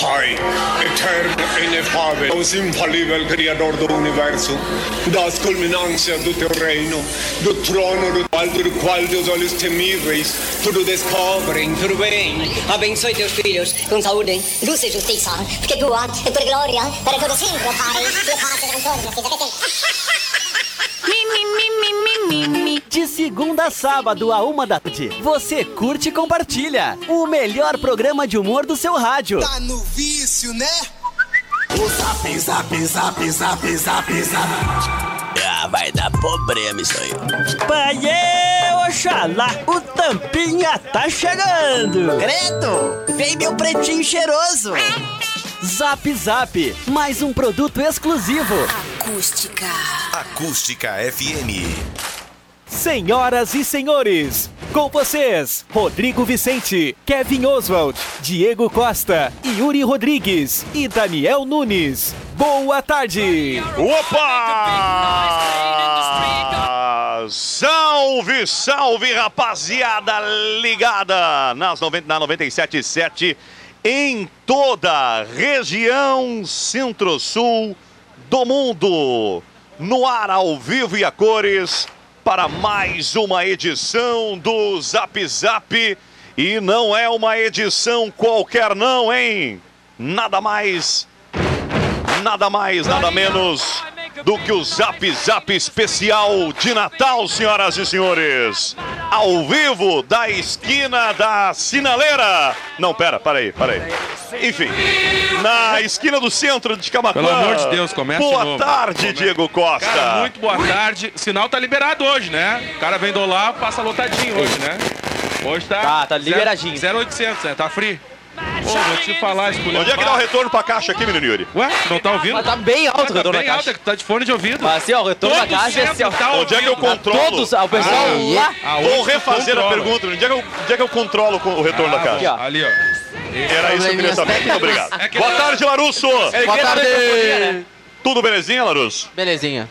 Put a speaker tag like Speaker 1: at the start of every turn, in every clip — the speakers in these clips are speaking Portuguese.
Speaker 1: Pai, eterno, inefável, o infalível Criador do Universo, das culminâncias do teu reino, do trono do alto do qual teus olhos temíveis tudo descobrem, tudo bem.
Speaker 2: Abençoe teus filhos com saúde,
Speaker 3: luz e justiça, porque tua é tua glória, para todo sempre, Pai, e pace com todos.
Speaker 4: Mi, mi, mi, mi, mi, mi. De segunda a sábado, a uma da tarde, você curte e compartilha o melhor programa de humor do seu rádio.
Speaker 5: Tá no vício, né?
Speaker 6: O zap, zap, zap, zap, zap, zap. Ah, vai dar problema isso aí.
Speaker 7: Paiê, é, Oxalá, o Tampinha tá chegando.
Speaker 8: Credo, vem meu pretinho cheiroso.
Speaker 4: Zap Zap, mais um produto exclusivo.
Speaker 9: Acústica.
Speaker 10: Acústica FM.
Speaker 4: Senhoras e senhores, com vocês, Rodrigo Vicente, Kevin Oswald, Diego Costa, Yuri Rodrigues e Daniel Nunes. Boa tarde!
Speaker 11: Opa! Salve, salve, rapaziada ligada nas 90, na 97.7 em toda a região centro-sul do mundo. No ar, ao vivo e a cores para mais uma edição do Zap Zap. E não é uma edição qualquer, não, hein? Nada mais, nada mais, nada menos do que o Zap Zap especial de Natal, senhoras e senhores. Ao vivo da esquina da Sinaleira. Não, pera, para aí, para aí. Enfim, na esquina do centro de Camacuã.
Speaker 12: Pelo amor de Deus, começa
Speaker 11: Boa
Speaker 12: novo.
Speaker 11: tarde,
Speaker 12: Come...
Speaker 11: Diego Costa.
Speaker 12: Cara, muito boa tarde. Sinal tá liberado hoje, né? O cara vem do lá, passa lotadinho hoje, né? Hoje tá...
Speaker 7: Tá, tá liberadinho.
Speaker 12: 0, 0800, né? Tá free. Pô, vou te falar, escolher.
Speaker 11: Onde é que dá o retorno pra caixa aqui, menino Yuri?
Speaker 12: Ué, não tá ouvindo?
Speaker 7: Mas tá bem alto
Speaker 12: Mas
Speaker 7: o retorno da
Speaker 12: tá bem
Speaker 7: caixa.
Speaker 12: alto, é que tá de fone de ouvido.
Speaker 7: Mas assim, ó, o retorno da
Speaker 12: Todo
Speaker 7: caixa é
Speaker 12: centro
Speaker 7: assim, ó.
Speaker 12: tá
Speaker 11: Onde é que eu
Speaker 12: ouvindo.
Speaker 11: controlo?
Speaker 7: Todos, ah, o pessoal
Speaker 12: Ah,
Speaker 7: lá.
Speaker 12: Aonde
Speaker 11: Vou
Speaker 12: tu
Speaker 11: refazer a
Speaker 12: controla?
Speaker 11: pergunta, onde é que eu, onde é que eu controlo o retorno da caixa?
Speaker 12: Ah, Ali, ó.
Speaker 11: Era isso que eu queria saber. Muito obrigado. Boa tarde, Larusso!
Speaker 7: Boa
Speaker 11: é
Speaker 7: tarde.
Speaker 11: né? Tudo belezinha, Larusso?
Speaker 7: Belezinha.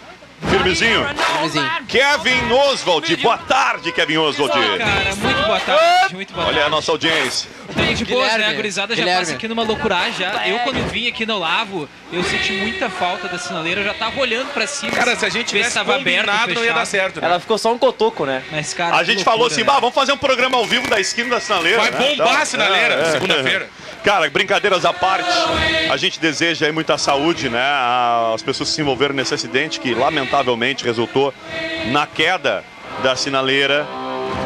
Speaker 11: Firmezinho?
Speaker 7: Firmezinho.
Speaker 11: Kevin Oswald, boa tarde, Kevin Oswald.
Speaker 13: Cara, muito boa tarde, muito boa tarde.
Speaker 11: Olha a nossa audiência.
Speaker 13: Tudo de boas, né? A
Speaker 7: Guilherme,
Speaker 13: gurizada já
Speaker 7: Guilherme.
Speaker 13: passa aqui numa loucura já. Eu, quando vim aqui na Olavo, eu senti muita falta da sinaleira. Eu já tava olhando pra cima. assim,
Speaker 12: Cara, se a gente
Speaker 13: ver
Speaker 12: tivesse
Speaker 13: tava tá aberto,
Speaker 12: combinado, não ia dar
Speaker 13: fechado.
Speaker 12: certo. né?
Speaker 7: Ela ficou só um cotoco, né?
Speaker 13: Mas, cara,
Speaker 11: A
Speaker 13: que
Speaker 11: gente
Speaker 13: loucura,
Speaker 11: falou assim,
Speaker 13: né?
Speaker 11: bah, vamos fazer um programa ao vivo da esquina da sinaleira.
Speaker 12: Vai
Speaker 11: né?
Speaker 12: bombar
Speaker 11: Então,
Speaker 12: a sinaleira,
Speaker 11: é, é.
Speaker 12: segunda-feira.
Speaker 11: Cara, brincadeiras à parte, a gente deseja aí muita saúde, né? As pessoas que se envolveram nesse acidente que lamentavelmente resultou na queda da sinaleira,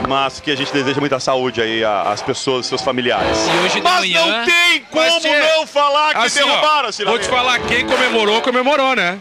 Speaker 11: mas que a gente deseja muita saúde aí a- às pessoas, seus familiares.
Speaker 13: E hoje de
Speaker 11: mas
Speaker 13: manhã-
Speaker 11: não tem como
Speaker 12: Mas, tchê,
Speaker 11: não falar Ah, que
Speaker 12: Assim, ó,
Speaker 11: derrubaram a sinaleira.
Speaker 12: Vou te falar, quem comemorou, comemorou, né?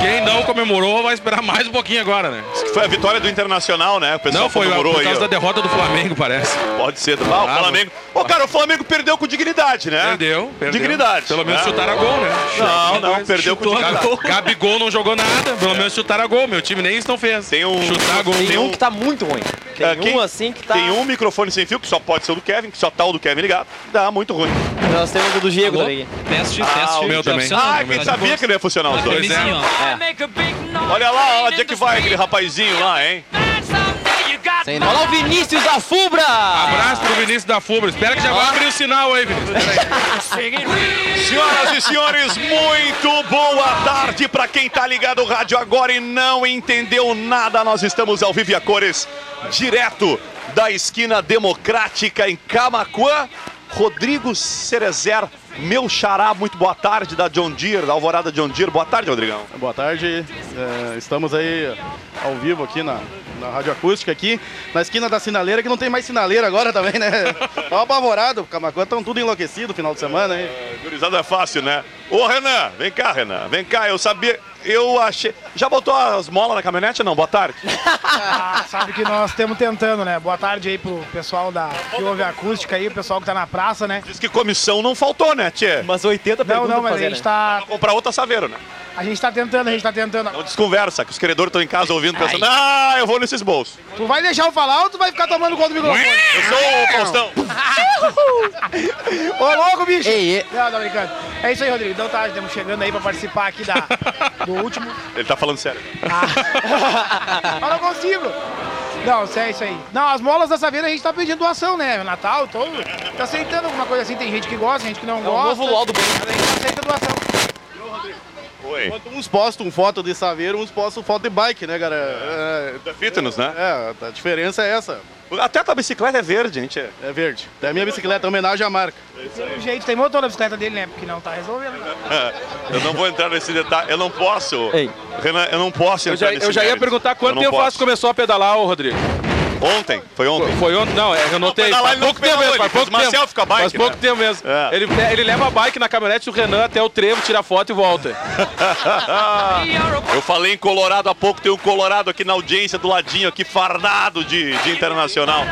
Speaker 12: Quem não comemorou vai esperar mais um pouquinho agora, né?
Speaker 11: Diz que Foi a vitória do Internacional, né? O pessoal
Speaker 12: Não, foi
Speaker 11: comemorou
Speaker 12: por
Speaker 11: aí.
Speaker 12: causa da
Speaker 11: ó.
Speaker 12: derrota do Flamengo, parece.
Speaker 11: Pode ser. Ah, o
Speaker 12: Ah,
Speaker 11: Flamengo. Ô, cara, o Flamengo perdeu com dignidade, né?
Speaker 12: Perdeu, perdeu.
Speaker 11: Dignidade.
Speaker 12: Pelo menos
Speaker 11: né?
Speaker 12: chutaram a gol, né?
Speaker 11: Não, tá. não, perdeu com
Speaker 12: Chutou a
Speaker 11: dignidade.
Speaker 12: gol. Gabigol não jogou nada, pelo menos chutaram a gol. Meu time nem isso não fez.
Speaker 11: É. Tem um-
Speaker 12: Chutar a gol.
Speaker 11: tem
Speaker 7: Tem um que tá muito ruim. Tem
Speaker 11: É, quem-
Speaker 7: um assim que tá.
Speaker 11: Tem um microfone sem fio, que só pode ser o do Kevin, que só tá o do Kevin ligado. Dá muito ruim.
Speaker 7: Nós temos o do Diego
Speaker 13: Alô?
Speaker 7: também.
Speaker 13: Teste,
Speaker 11: Ah,
Speaker 13: teste.
Speaker 11: o
Speaker 12: meu
Speaker 13: já
Speaker 12: também.
Speaker 13: funciona,
Speaker 11: Ah,
Speaker 13: né?
Speaker 11: quem
Speaker 13: Mas
Speaker 11: sabia que ele ia funcionar os
Speaker 13: a
Speaker 11: dois. né?
Speaker 12: é.
Speaker 13: camisinha, ó.
Speaker 7: Ah,
Speaker 11: Olha lá, olha onde é que vai aquele rapazinho lá, hein?
Speaker 7: Sem nada. Olha lá o Vinícius da Fubra!
Speaker 12: Abraço pro Vinícius da Fubra. Espera que já
Speaker 11: Ah.
Speaker 12: vai abrir o sinal aí, Vinícius.
Speaker 11: Senhoras e senhores, muito boa tarde para quem tá ligado ao rádio agora e não entendeu nada. Nós estamos ao vivo e a cores, direto da esquina democrática em Camacuã. Rodrigo Cerezer, meu xará, muito boa tarde da John Deere, da Alvorada John Deere. Boa tarde, Rodrigão.
Speaker 14: Boa tarde, é, estamos aí ao vivo aqui na, na Rádio Acústica, aqui na esquina da Sinaleira, que não tem mais Sinaleira agora também, né? Tá apavorado, Camacuã, estão tudo enlouquecido final de semana, hein?
Speaker 11: Gurizada é fácil, né? Ô, Renan, vem cá, Renan. Vem cá, eu sabia. Eu achei. Já botou as molas na caminhonete? Não, boa tarde.
Speaker 15: Sabe que nós estamos tentando, né? Boa tarde aí pro pessoal da que ouve a acústica aí, o pessoal que tá na praça, né?
Speaker 11: Diz que comissão não faltou, né, Tchê?
Speaker 7: Umas 80
Speaker 15: Não,
Speaker 7: perguntas pra
Speaker 15: não, mas a
Speaker 7: fazer,
Speaker 15: gente
Speaker 7: né?
Speaker 15: tá.
Speaker 11: Vou comprar outra saveiro, né?
Speaker 15: A gente tá tentando, a gente tá tentando.
Speaker 11: Não Então desconversa, que os credores estão em casa ouvindo, pensando, ah, eu vou nesses bolsos.
Speaker 15: Tu vai deixar eu falar ou tu vai ficar tomando conta do microfone?
Speaker 11: Eu
Speaker 5: Ah,
Speaker 11: sou o Faustão.
Speaker 15: Ô, louco, bicho!
Speaker 7: Ei, ei.
Speaker 15: Não, tá brincando. É isso aí, Rodrigo. Então tá, estamos chegando aí pra participar aqui da, do último.
Speaker 11: Ele tá falando sério.
Speaker 15: Ah. Mas não consigo! Não, isso é isso aí. Não, as molas da Saveira a gente tá pedindo doação, né? Natal, todo. Tá aceitando alguma coisa assim. Tem gente que gosta, gente que não
Speaker 14: o
Speaker 5: É
Speaker 15: gosta.
Speaker 14: novo LOL do
Speaker 15: banco. A gente aceita doação.
Speaker 11: Oi.
Speaker 14: Enquanto uns postam foto de saveiro, uns postam foto de bike, né, cara?
Speaker 11: Da fitness, né?
Speaker 14: É, a diferença é essa.
Speaker 11: Até a tua bicicleta é verde, gente.
Speaker 14: É verde. Até a minha bicicleta, homenagem à marca.
Speaker 15: Tem jeito, tem motor na bicicleta dele, né? Porque não tá resolvendo. nada.
Speaker 11: Eu não vou entrar nesse detalhe. Eu não posso. Renan, eu não posso
Speaker 5: Eu
Speaker 11: entrar
Speaker 5: já,
Speaker 11: nesse
Speaker 5: eu já ia
Speaker 11: mérito.
Speaker 5: perguntar quanto
Speaker 11: não
Speaker 5: tempo o
Speaker 11: posso.
Speaker 5: Vasco começou a pedalar, ô Rodrigo.
Speaker 11: Ontem? Foi ontem?
Speaker 5: Foi ontem? Não, é, eu notei.
Speaker 11: pedalar
Speaker 5: Faz
Speaker 11: ele não
Speaker 5: pouco tempo
Speaker 11: pedalou,
Speaker 5: mesmo, faz
Speaker 11: ele fez
Speaker 5: pouco
Speaker 11: uma
Speaker 5: tempo.
Speaker 11: selfie com a bike,
Speaker 5: Faz pouco
Speaker 11: né?
Speaker 5: tempo mesmo.
Speaker 11: É.
Speaker 5: Ele, ele leva a bike na caminhonete do Renan até o trevo, tira a foto e volta.
Speaker 11: Eu falei em Colorado há pouco, tem um Colorado aqui na audiência do ladinho, aqui fardado de, de internacional.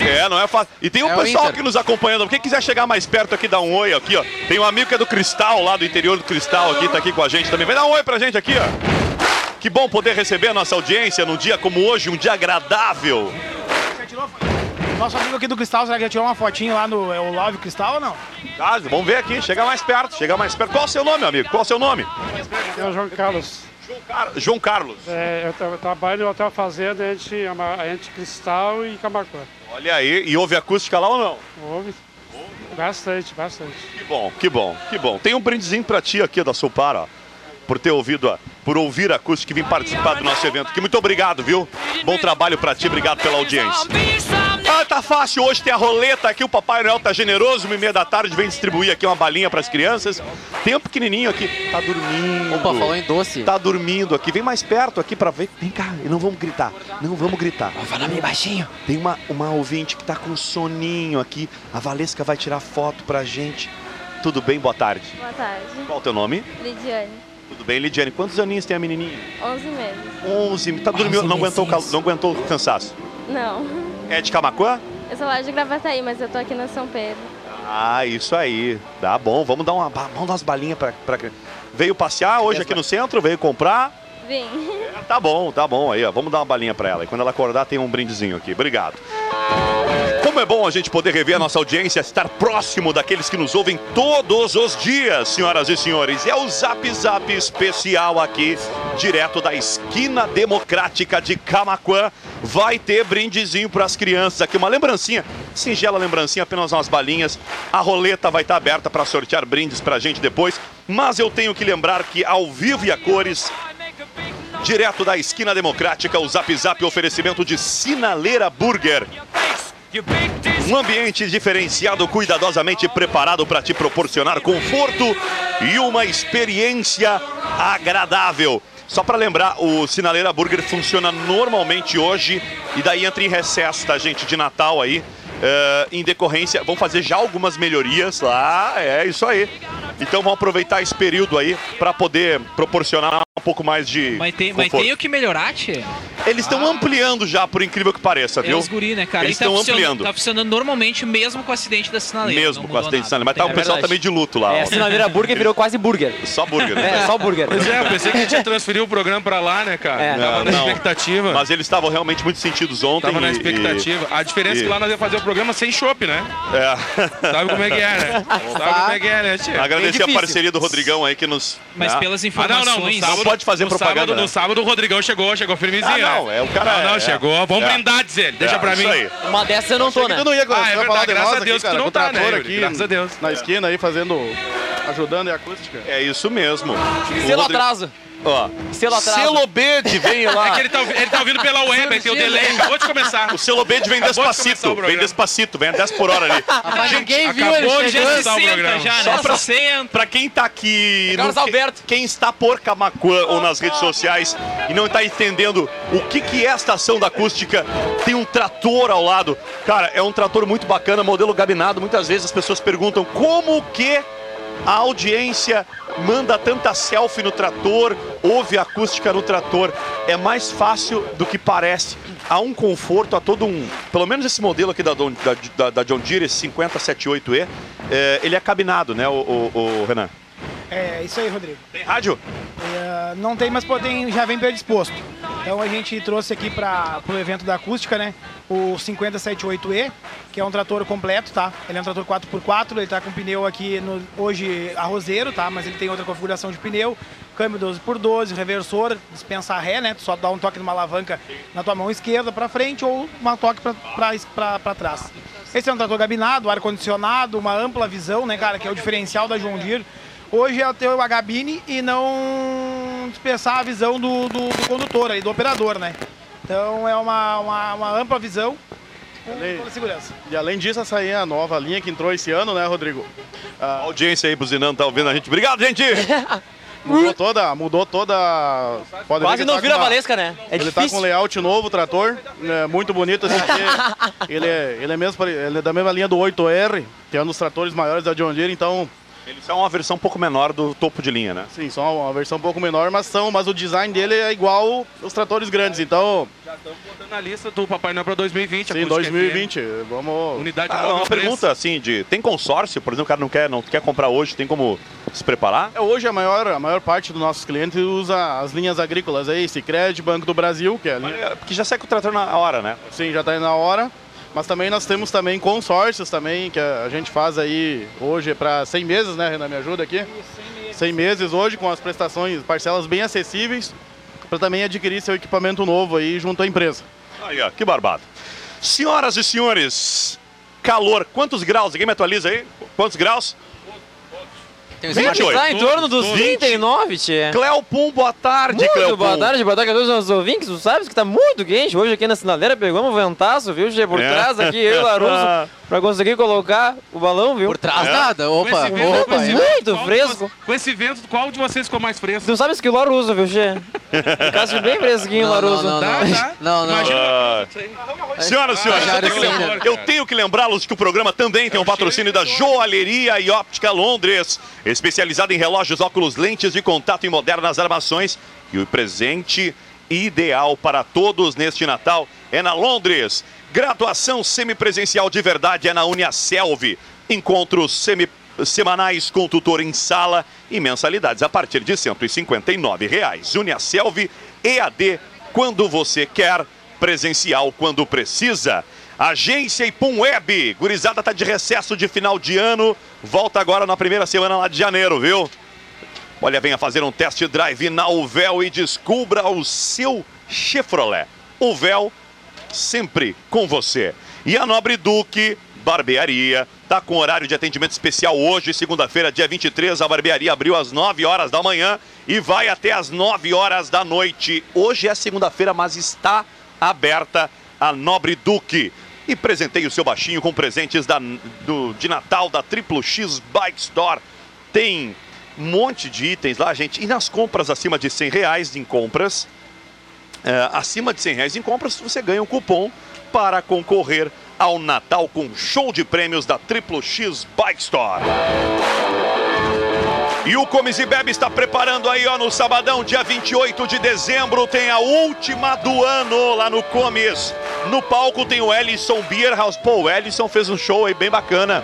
Speaker 11: É, não é fácil. E tem um
Speaker 5: É o
Speaker 11: pessoal
Speaker 5: Inter.
Speaker 11: que nos acompanhando. Quem quiser chegar mais perto aqui, dá um oi aqui, ó. Tem um amigo que é do Cristal, lá do interior do Cristal, aqui, tá aqui com a gente também. Vem dar um oi pra gente aqui, ó. Que bom poder receber a nossa audiência num dia como hoje, um dia agradável.
Speaker 15: Nosso amigo aqui do Cristal, será que já tirou uma fotinho lá no é o Love Cristal ou não?
Speaker 11: Tá, vamos ver aqui, chega mais perto, chega mais perto. Qual é o seu nome, amigo? Qual o seu nome?
Speaker 9: Eu, João Carlos,
Speaker 11: Car- João Carlos.
Speaker 9: é, eu, tra- eu trabalho no Hotel Fazenda entre, Ama- entre Cristal e Camacuã.
Speaker 11: Olha aí, e houve acústica lá ou não?
Speaker 9: Houve? Bastante, bastante.
Speaker 11: Que bom, que bom, que bom. Tem um brindezinho pra ti aqui da Sulpar, ó. Por ter ouvido, ó, por ouvir a acústica e vir participar do nosso evento. Que muito obrigado, viu? Bom trabalho pra ti, obrigado pela audiência. Ah, tá fácil, hoje tem a roleta aqui, o Papai Noel tá generoso, uma e meia da tarde, vem distribuir aqui uma balinha pras crianças. Tem um pequenininho aqui, tá dormindo.
Speaker 16: Opa, falou em doce.
Speaker 11: Tá dormindo aqui, vem mais perto aqui pra ver. Vem cá, e não vamos gritar, não vamos gritar. Vamos falar bem baixinho. Tem uma, uma ouvinte que tá com soninho aqui, a Valesca vai tirar foto pra gente. Tudo bem, boa tarde.
Speaker 17: Boa tarde.
Speaker 11: Qual o teu nome?
Speaker 17: Lidiane,
Speaker 11: Tudo bem, Lidiane. Quantos aninhos tem a menininha?
Speaker 17: 11 meses.
Speaker 11: 11. Tá dormindo, não aguentou, o cal- não aguentou o cansaço.
Speaker 17: Não,
Speaker 11: É de Camacuã?
Speaker 17: eu sou lá de Gravataí, mas eu tô aqui na São Pedro.
Speaker 11: Ah, isso aí. Tá bom, vamos dar uma, ba- vamos dar umas balinhas pra, pra... Veio passear hoje aqui no centro, veio comprar.
Speaker 17: Vim.
Speaker 11: Tá bom, tá bom aí, ó. Vamos dar uma balinha pra ela. E quando ela acordar, tem um brindezinho aqui. Obrigado. Como é bom a gente poder rever a nossa audiência, estar próximo daqueles que nos ouvem todos os dias, senhoras e senhores. É o Zap Zap especial aqui, direto da esquina democrática de Camaquã. Vai ter brindezinho para as crianças aqui, uma lembrancinha, singela lembrancinha, apenas umas balinhas. A roleta vai estar aberta para sortear brindes para a gente depois. Mas eu tenho que lembrar que ao vivo e a cores, Direto da esquina democrática, o Zap Zap oferecimento de Sinaleira Burger. Um ambiente diferenciado, cuidadosamente preparado para te proporcionar conforto e uma experiência agradável. Só para lembrar, o Sinaleira Burger funciona normalmente hoje e daí entra em recesso, tá, gente, de Natal aí. eh, em decorrência, vão fazer já algumas melhorias lá, é isso aí. Então vão aproveitar esse período aí para poder proporcionar um pouco mais de.
Speaker 13: Mas tem, mas
Speaker 11: conforto.
Speaker 13: tem o que melhorar, Tchê?
Speaker 11: Eles
Speaker 12: Ah.
Speaker 11: estão ampliando já, por incrível que pareça,
Speaker 13: É
Speaker 11: viu?
Speaker 13: os guri, né, cara?
Speaker 11: Eles
Speaker 13: E tá
Speaker 11: estão
Speaker 13: funcionando-
Speaker 11: ampliando.
Speaker 13: Tá funcionando normalmente, mesmo com o acidente da sinaleira.
Speaker 11: Mesmo
Speaker 13: não
Speaker 11: com o
Speaker 13: mudou
Speaker 11: acidente de
Speaker 13: nada.
Speaker 11: Sinaleira. Mas tá,
Speaker 13: É
Speaker 11: o pessoal
Speaker 13: verdade.
Speaker 11: tá meio de luto lá.
Speaker 13: É, a Sinaleira
Speaker 16: Burger virou quase burger.
Speaker 11: Só burger, né?
Speaker 16: É, só burger.
Speaker 12: Pois é, eu pensei que a gente ia transferir o programa pra lá, né, cara?
Speaker 7: É.
Speaker 12: Tava na
Speaker 11: É. expectativa. Mas eles estavam realmente muito sentidos ontem.
Speaker 12: Tava na
Speaker 11: e-
Speaker 12: expectativa. A diferença é que lá nós ia fazer o programa sem chopp, né?
Speaker 11: É.
Speaker 12: Sabe como é que é, né? Sabe como é que é, né, tia?
Speaker 11: Agradecer a
Speaker 12: Bem difícil.
Speaker 11: parceria do Rodrigão aí que nos.
Speaker 12: Mas
Speaker 11: né?
Speaker 12: pelas informações-
Speaker 11: Ah, não, não, no sábado- pode fazer
Speaker 12: no
Speaker 11: propaganda.
Speaker 12: Sábado,
Speaker 11: né?
Speaker 12: No sábado o Rodrigão chegou, chegou firmezinho.
Speaker 11: Ah, não,
Speaker 12: né?
Speaker 11: é, o cara
Speaker 12: Não, não,
Speaker 11: é,
Speaker 12: chegou. Vamos
Speaker 11: é.
Speaker 12: brindar, diz ele. Deixa
Speaker 11: É,
Speaker 12: pra mim.
Speaker 11: isso aí.
Speaker 16: Uma dessas eu não tô, né?
Speaker 14: Eu não ia
Speaker 12: Ah, é
Speaker 14: gostar de falar
Speaker 12: verdade,
Speaker 14: de
Speaker 12: graças
Speaker 14: nós
Speaker 12: a Deus
Speaker 14: aqui,
Speaker 12: que
Speaker 14: cara,
Speaker 12: tu
Speaker 14: com
Speaker 12: não
Speaker 14: o
Speaker 12: tá, né,
Speaker 14: trator
Speaker 12: Yuri?
Speaker 14: aqui,
Speaker 12: Graças a Deus.
Speaker 14: Na esquina aí, fazendo... Ajudando a acústica.
Speaker 11: É isso mesmo.
Speaker 14: Selo
Speaker 16: atraso.
Speaker 11: Ó.
Speaker 16: Selo atraso.
Speaker 11: Selo Obede vem lá.
Speaker 12: É que ele tá, ele tá ouvindo pela web, aí tem o delay. Acabou de começar.
Speaker 11: O selo Obede vem
Speaker 12: Acabou de começar
Speaker 11: despacito.
Speaker 12: o
Speaker 11: Vem
Speaker 12: programa.
Speaker 11: despacito, vem a 10 por hora ali.
Speaker 12: Rapaz, ninguém viu ele
Speaker 11: acabou de
Speaker 12: chegando.
Speaker 11: começar
Speaker 12: Senta já, né?
Speaker 11: Só pra,
Speaker 12: Só senta.
Speaker 11: pra quem tá aqui.
Speaker 12: Carlos
Speaker 11: no- Quem está por Camacuã ou nas redes sociais e não tá entendendo o que, que é a estação da acústica, tem um trator ao lado. Cara, é um trator muito bacana, modelo gabinado. Muitas vezes as pessoas perguntam como que a audiência manda tanta selfie no trator, ouve acústica no trator. É mais fácil do que parece. Há um conforto, há todo um. Pelo menos esse modelo aqui da, Don- da, da, da John Deere, esse 5078E, é, ele é cabinado, né, o, o- o Renan?
Speaker 15: É isso aí, Rodrigo.
Speaker 11: Tem rádio?
Speaker 15: É, não tem, mas podem, já vem predisposto. Então a gente trouxe aqui para o evento da acústica, né? O 5078E, que é um trator completo, tá? Ele é um trator Ah, 4x4, ele tá com pneu aqui no, hoje arrozeiro, tá? Mas ele tem outra configuração de pneu. câmbio 12x12, reversor, dispensar ré, né? Tu só dá um toque numa alavanca na tua mão esquerda pra frente ou um toque pra, pra, pra, pra trás. Esse é um trator gabinado, ar-condicionado, uma ampla visão, né, cara? Que é o diferencial da John Deere. Hoje é ter a gabine e não dispensar a visão do, do, do condutor aí, do operador, né? Então é uma, uma, uma ampla visão com toda a segurança.
Speaker 14: E além disso, essa aí é a nova linha que entrou esse ano, né, Rodrigo?
Speaker 11: A audiência aí buzinando, tá ouvindo a gente. Obrigado, gente!
Speaker 14: Mudou toda, mudou toda. Pode
Speaker 16: Quase
Speaker 14: que ele
Speaker 16: não
Speaker 14: com
Speaker 16: vira
Speaker 14: uma-
Speaker 16: a Valesca, né? É
Speaker 14: ele tá
Speaker 16: difícil.
Speaker 14: com um layout novo, o trator, é, muito bonito. Assim, porque ele, é, ele, é mesmo, pare- ele é da mesma linha do 8R, que é um dos tratores maiores da John Deere, então...
Speaker 11: Eles são uma versão um pouco menor do topo de linha, né?
Speaker 14: Sim, são uma versão um pouco menor, mas, são, mas o design dele é igual os tratores grandes, então...
Speaker 12: Tá na lista do Papai Noel pra 2020.
Speaker 14: Sim, 2020, vamos...
Speaker 12: Unidade
Speaker 11: Ah,
Speaker 12: móvel
Speaker 11: uma
Speaker 12: preço.
Speaker 11: pergunta assim de tem consórcio, por exemplo, o cara não quer, não quer comprar hoje, tem como se preparar?
Speaker 14: É, Hoje a maior, a maior parte dos nossos clientes usa as linhas agrícolas aí, Cicred, Banco do Brasil, que é a linha...
Speaker 11: Que já sai com o trator na hora, né?
Speaker 14: Sim, já tá indo na hora. Mas também nós temos também consórcios também, que a a gente faz aí hoje para 100 meses, né, Renan? Me ajuda aqui. 100 meses hoje, com as prestações, parcelas bem acessíveis, para também adquirir seu equipamento novo aí junto à empresa.
Speaker 11: Aí, ó, que barbado. Senhoras e senhores, calor, quantos graus? Alguém me atualiza aí? Quantos graus?
Speaker 16: Tem uns que tá em torno dos 39, tchê.
Speaker 11: Cléo Pum, boa tarde,
Speaker 16: muito
Speaker 11: Cléo
Speaker 16: boa
Speaker 11: Pum.
Speaker 16: tarde, boa tarde a todos os nossos ouvintes. Tu sabes que tá muito quente hoje aqui na sinaleira, pegamos um ventaço, viu, Gê? Por
Speaker 11: É.
Speaker 16: trás aqui, eu e o Laruso, pra conseguir colocar o balão, viu? Por
Speaker 12: trás É. nada, opa, Com esse vento, opa, é. com esse hein? vento,
Speaker 16: muito
Speaker 12: qual
Speaker 16: fresco.
Speaker 12: Com esse vento, qual de vocês ficou mais fresco?
Speaker 16: Tu sabes que o Laruso, viu, Gê? Ficasse bem fresquinho,
Speaker 12: Não, não,
Speaker 16: Laruso.
Speaker 12: não, não. Tá,
Speaker 16: não,
Speaker 11: Ah, Senhoras e senhores,
Speaker 16: Ah,
Speaker 11: eu tenho que
Speaker 16: Jairo
Speaker 11: lembrar- eu tenho que lembrá-los que o programa também tem um patrocínio da Joalheria e Óptica Londres, especializada em relógios, óculos, lentes de contato e modernas armações. E o presente ideal para todos neste Natal é na Londres. Graduação semipresencial de verdade é na Uniaselv. Encontros semi- semanais com tutor em sala e mensalidades a partir de R$ 159 reais. Uniaselv EAD quando você quer presencial quando precisa. Agência Ipum Web, gurizada tá de recesso de final de ano, volta agora na primeira semana lá de janeiro, viu? Olha, venha fazer um test drive na Uvel e descubra o seu Chevrolet. Uvel, sempre com você. E a Nobre Duque Barbearia tá com horário de atendimento especial hoje, segunda-feira, dia 23. A barbearia abriu às 9 horas da manhã e vai até às 9 horas da noite. Hoje é segunda-feira, mas está aberta a Nobre Duque. E presenteie o seu baixinho com presentes da, do- de Natal da Triplo X Bike Store. Tem um monte de itens lá, gente. E nas compras acima de 100 reais em compras, é, acima de 100 reais em compras, você ganha um cupom para concorrer ao Natal com show de prêmios da Triplo X Bike Store. E o Comes e Bebe está preparando aí, ó, no sabadão, dia 28 de dezembro, tem a última do ano lá no Comes. No palco tem o Ellison Beerhouse. Pô, o Ellison fez um show aí bem bacana.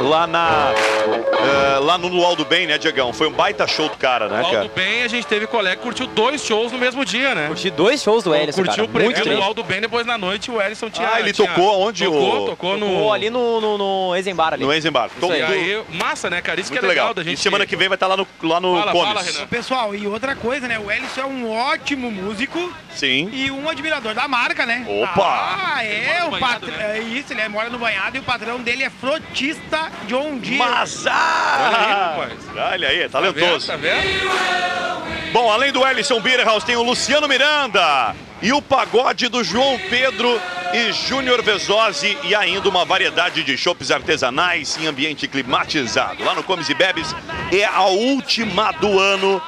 Speaker 11: Lá na. eh, lá no Luau do Bem, né, Diegão? Foi um baita show do cara, né, cara?
Speaker 12: Aldo Bem, a gente teve colega que curtiu dois shows no mesmo dia, né?
Speaker 16: Curti dois shows do Ellison,
Speaker 12: Curtiu
Speaker 16: cara,
Speaker 12: o
Speaker 16: muito
Speaker 12: primeiro
Speaker 16: triste.
Speaker 12: do Aldo Bem, depois na noite o Ellison tinha...
Speaker 11: Ah, ele
Speaker 12: tinha-
Speaker 11: tocou onde,
Speaker 12: Tocou,
Speaker 11: o-
Speaker 12: tocou no...
Speaker 16: Pô, ali no, no, no Eisenbar ali.
Speaker 11: No Eisenbar.
Speaker 16: Isso
Speaker 11: Tom-
Speaker 16: aí.
Speaker 12: E aí, massa, né, cara? Isso
Speaker 11: Muito
Speaker 12: que é legal,
Speaker 11: legal.
Speaker 12: da gente...
Speaker 11: E semana que vem vai estar lá no, lá no Comes.
Speaker 15: Pessoal, e outra coisa, né? O Ellison é um ótimo músico
Speaker 11: Sim.
Speaker 15: e um admirador da marca, né?
Speaker 11: Opa!
Speaker 15: Ah,
Speaker 11: Ele
Speaker 15: é,
Speaker 11: mora no
Speaker 15: o
Speaker 11: banhado, né?
Speaker 15: patrão. É isso, ele mora no banhado e o patrão dele é frotista John Deere.
Speaker 11: Mas ah!
Speaker 12: Olha aí, né, rapaz.
Speaker 11: Olha aí, é talentoso.
Speaker 12: Tá vendo?
Speaker 11: Bom, além do Ellison Beerhouse, tem o Luciano Miranda e o pagode do João Pedro e Júnior Vezozzi e ainda uma variedade de chopps artesanais em ambiente climatizado. Lá no Comes e Bebes é a última do ano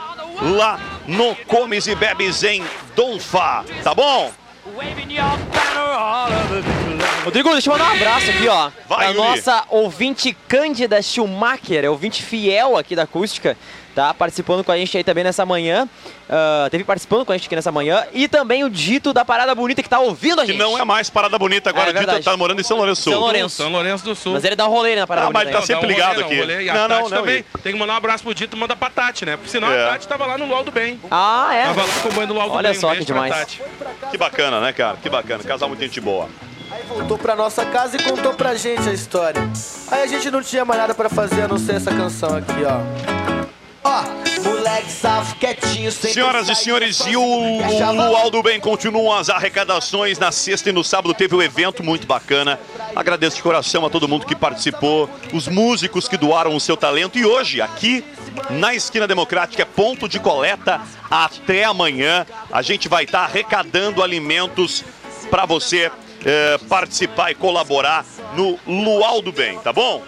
Speaker 11: lá no Comes e Bebes em Donfá, tá bom?
Speaker 16: Rodrigo, deixa eu mandar um abraço aqui, ó.
Speaker 11: Vai,
Speaker 16: a
Speaker 11: Yuri.
Speaker 16: nossa ouvinte Cândida Schumacher, é ouvinte fiel aqui da acústica, tá? Participando com a gente aí também nessa manhã. Ah, teve participando com a gente aqui nessa manhã. E também o Dito da Parada Bonita que tá ouvindo a
Speaker 11: Que
Speaker 16: gente.
Speaker 11: não é mais Parada Bonita agora,
Speaker 16: É
Speaker 11: o Dito
Speaker 16: verdade.
Speaker 11: tá morando em São Lourenço do Sul.
Speaker 16: São Lourenço.
Speaker 12: São Lourenço do Sul.
Speaker 16: Mas
Speaker 14: é
Speaker 16: ele dá um rolê na Parada
Speaker 11: Ah, mas tá
Speaker 16: Bonita. né?
Speaker 11: sempre
Speaker 12: Dá um
Speaker 11: ligado
Speaker 12: rolê,
Speaker 11: aqui.
Speaker 12: não, um rolê. E a
Speaker 11: Não,
Speaker 12: Tati
Speaker 11: não, não,
Speaker 12: também.
Speaker 11: ele-
Speaker 12: Tem que mandar um abraço pro Dito e mandar pra Tati, né? Por sinal,
Speaker 11: É.
Speaker 12: a Tati tava lá no LOL do Bem.
Speaker 16: Ah, é?
Speaker 12: Tava lá acompanhando o LOL do
Speaker 16: Olha
Speaker 12: Bem.
Speaker 16: só
Speaker 12: um
Speaker 16: que
Speaker 12: beijo pra
Speaker 16: demais.
Speaker 12: Tati.
Speaker 11: Que bacana, né, cara? Que bacana. Casal muito gente boa.
Speaker 18: Voltou pra nossa casa e contou pra gente a história. Aí a gente não tinha mais nada pra fazer a não ser essa canção aqui, ó. Ó, Moleque safo, quietinho, sem
Speaker 11: Senhoras e
Speaker 18: pensar em
Speaker 11: senhores, e o Luau do Bem continuam as arrecadações. Na sexta e no sábado teve um evento muito bacana. Agradeço de coração a todo mundo que participou, os músicos que doaram o seu talento. E hoje, aqui na Esquina Democrática, é ponto de coleta até amanhã. A gente vai estar arrecadando alimentos para você eh, participar e colaborar no Luau do Bem, tá bom?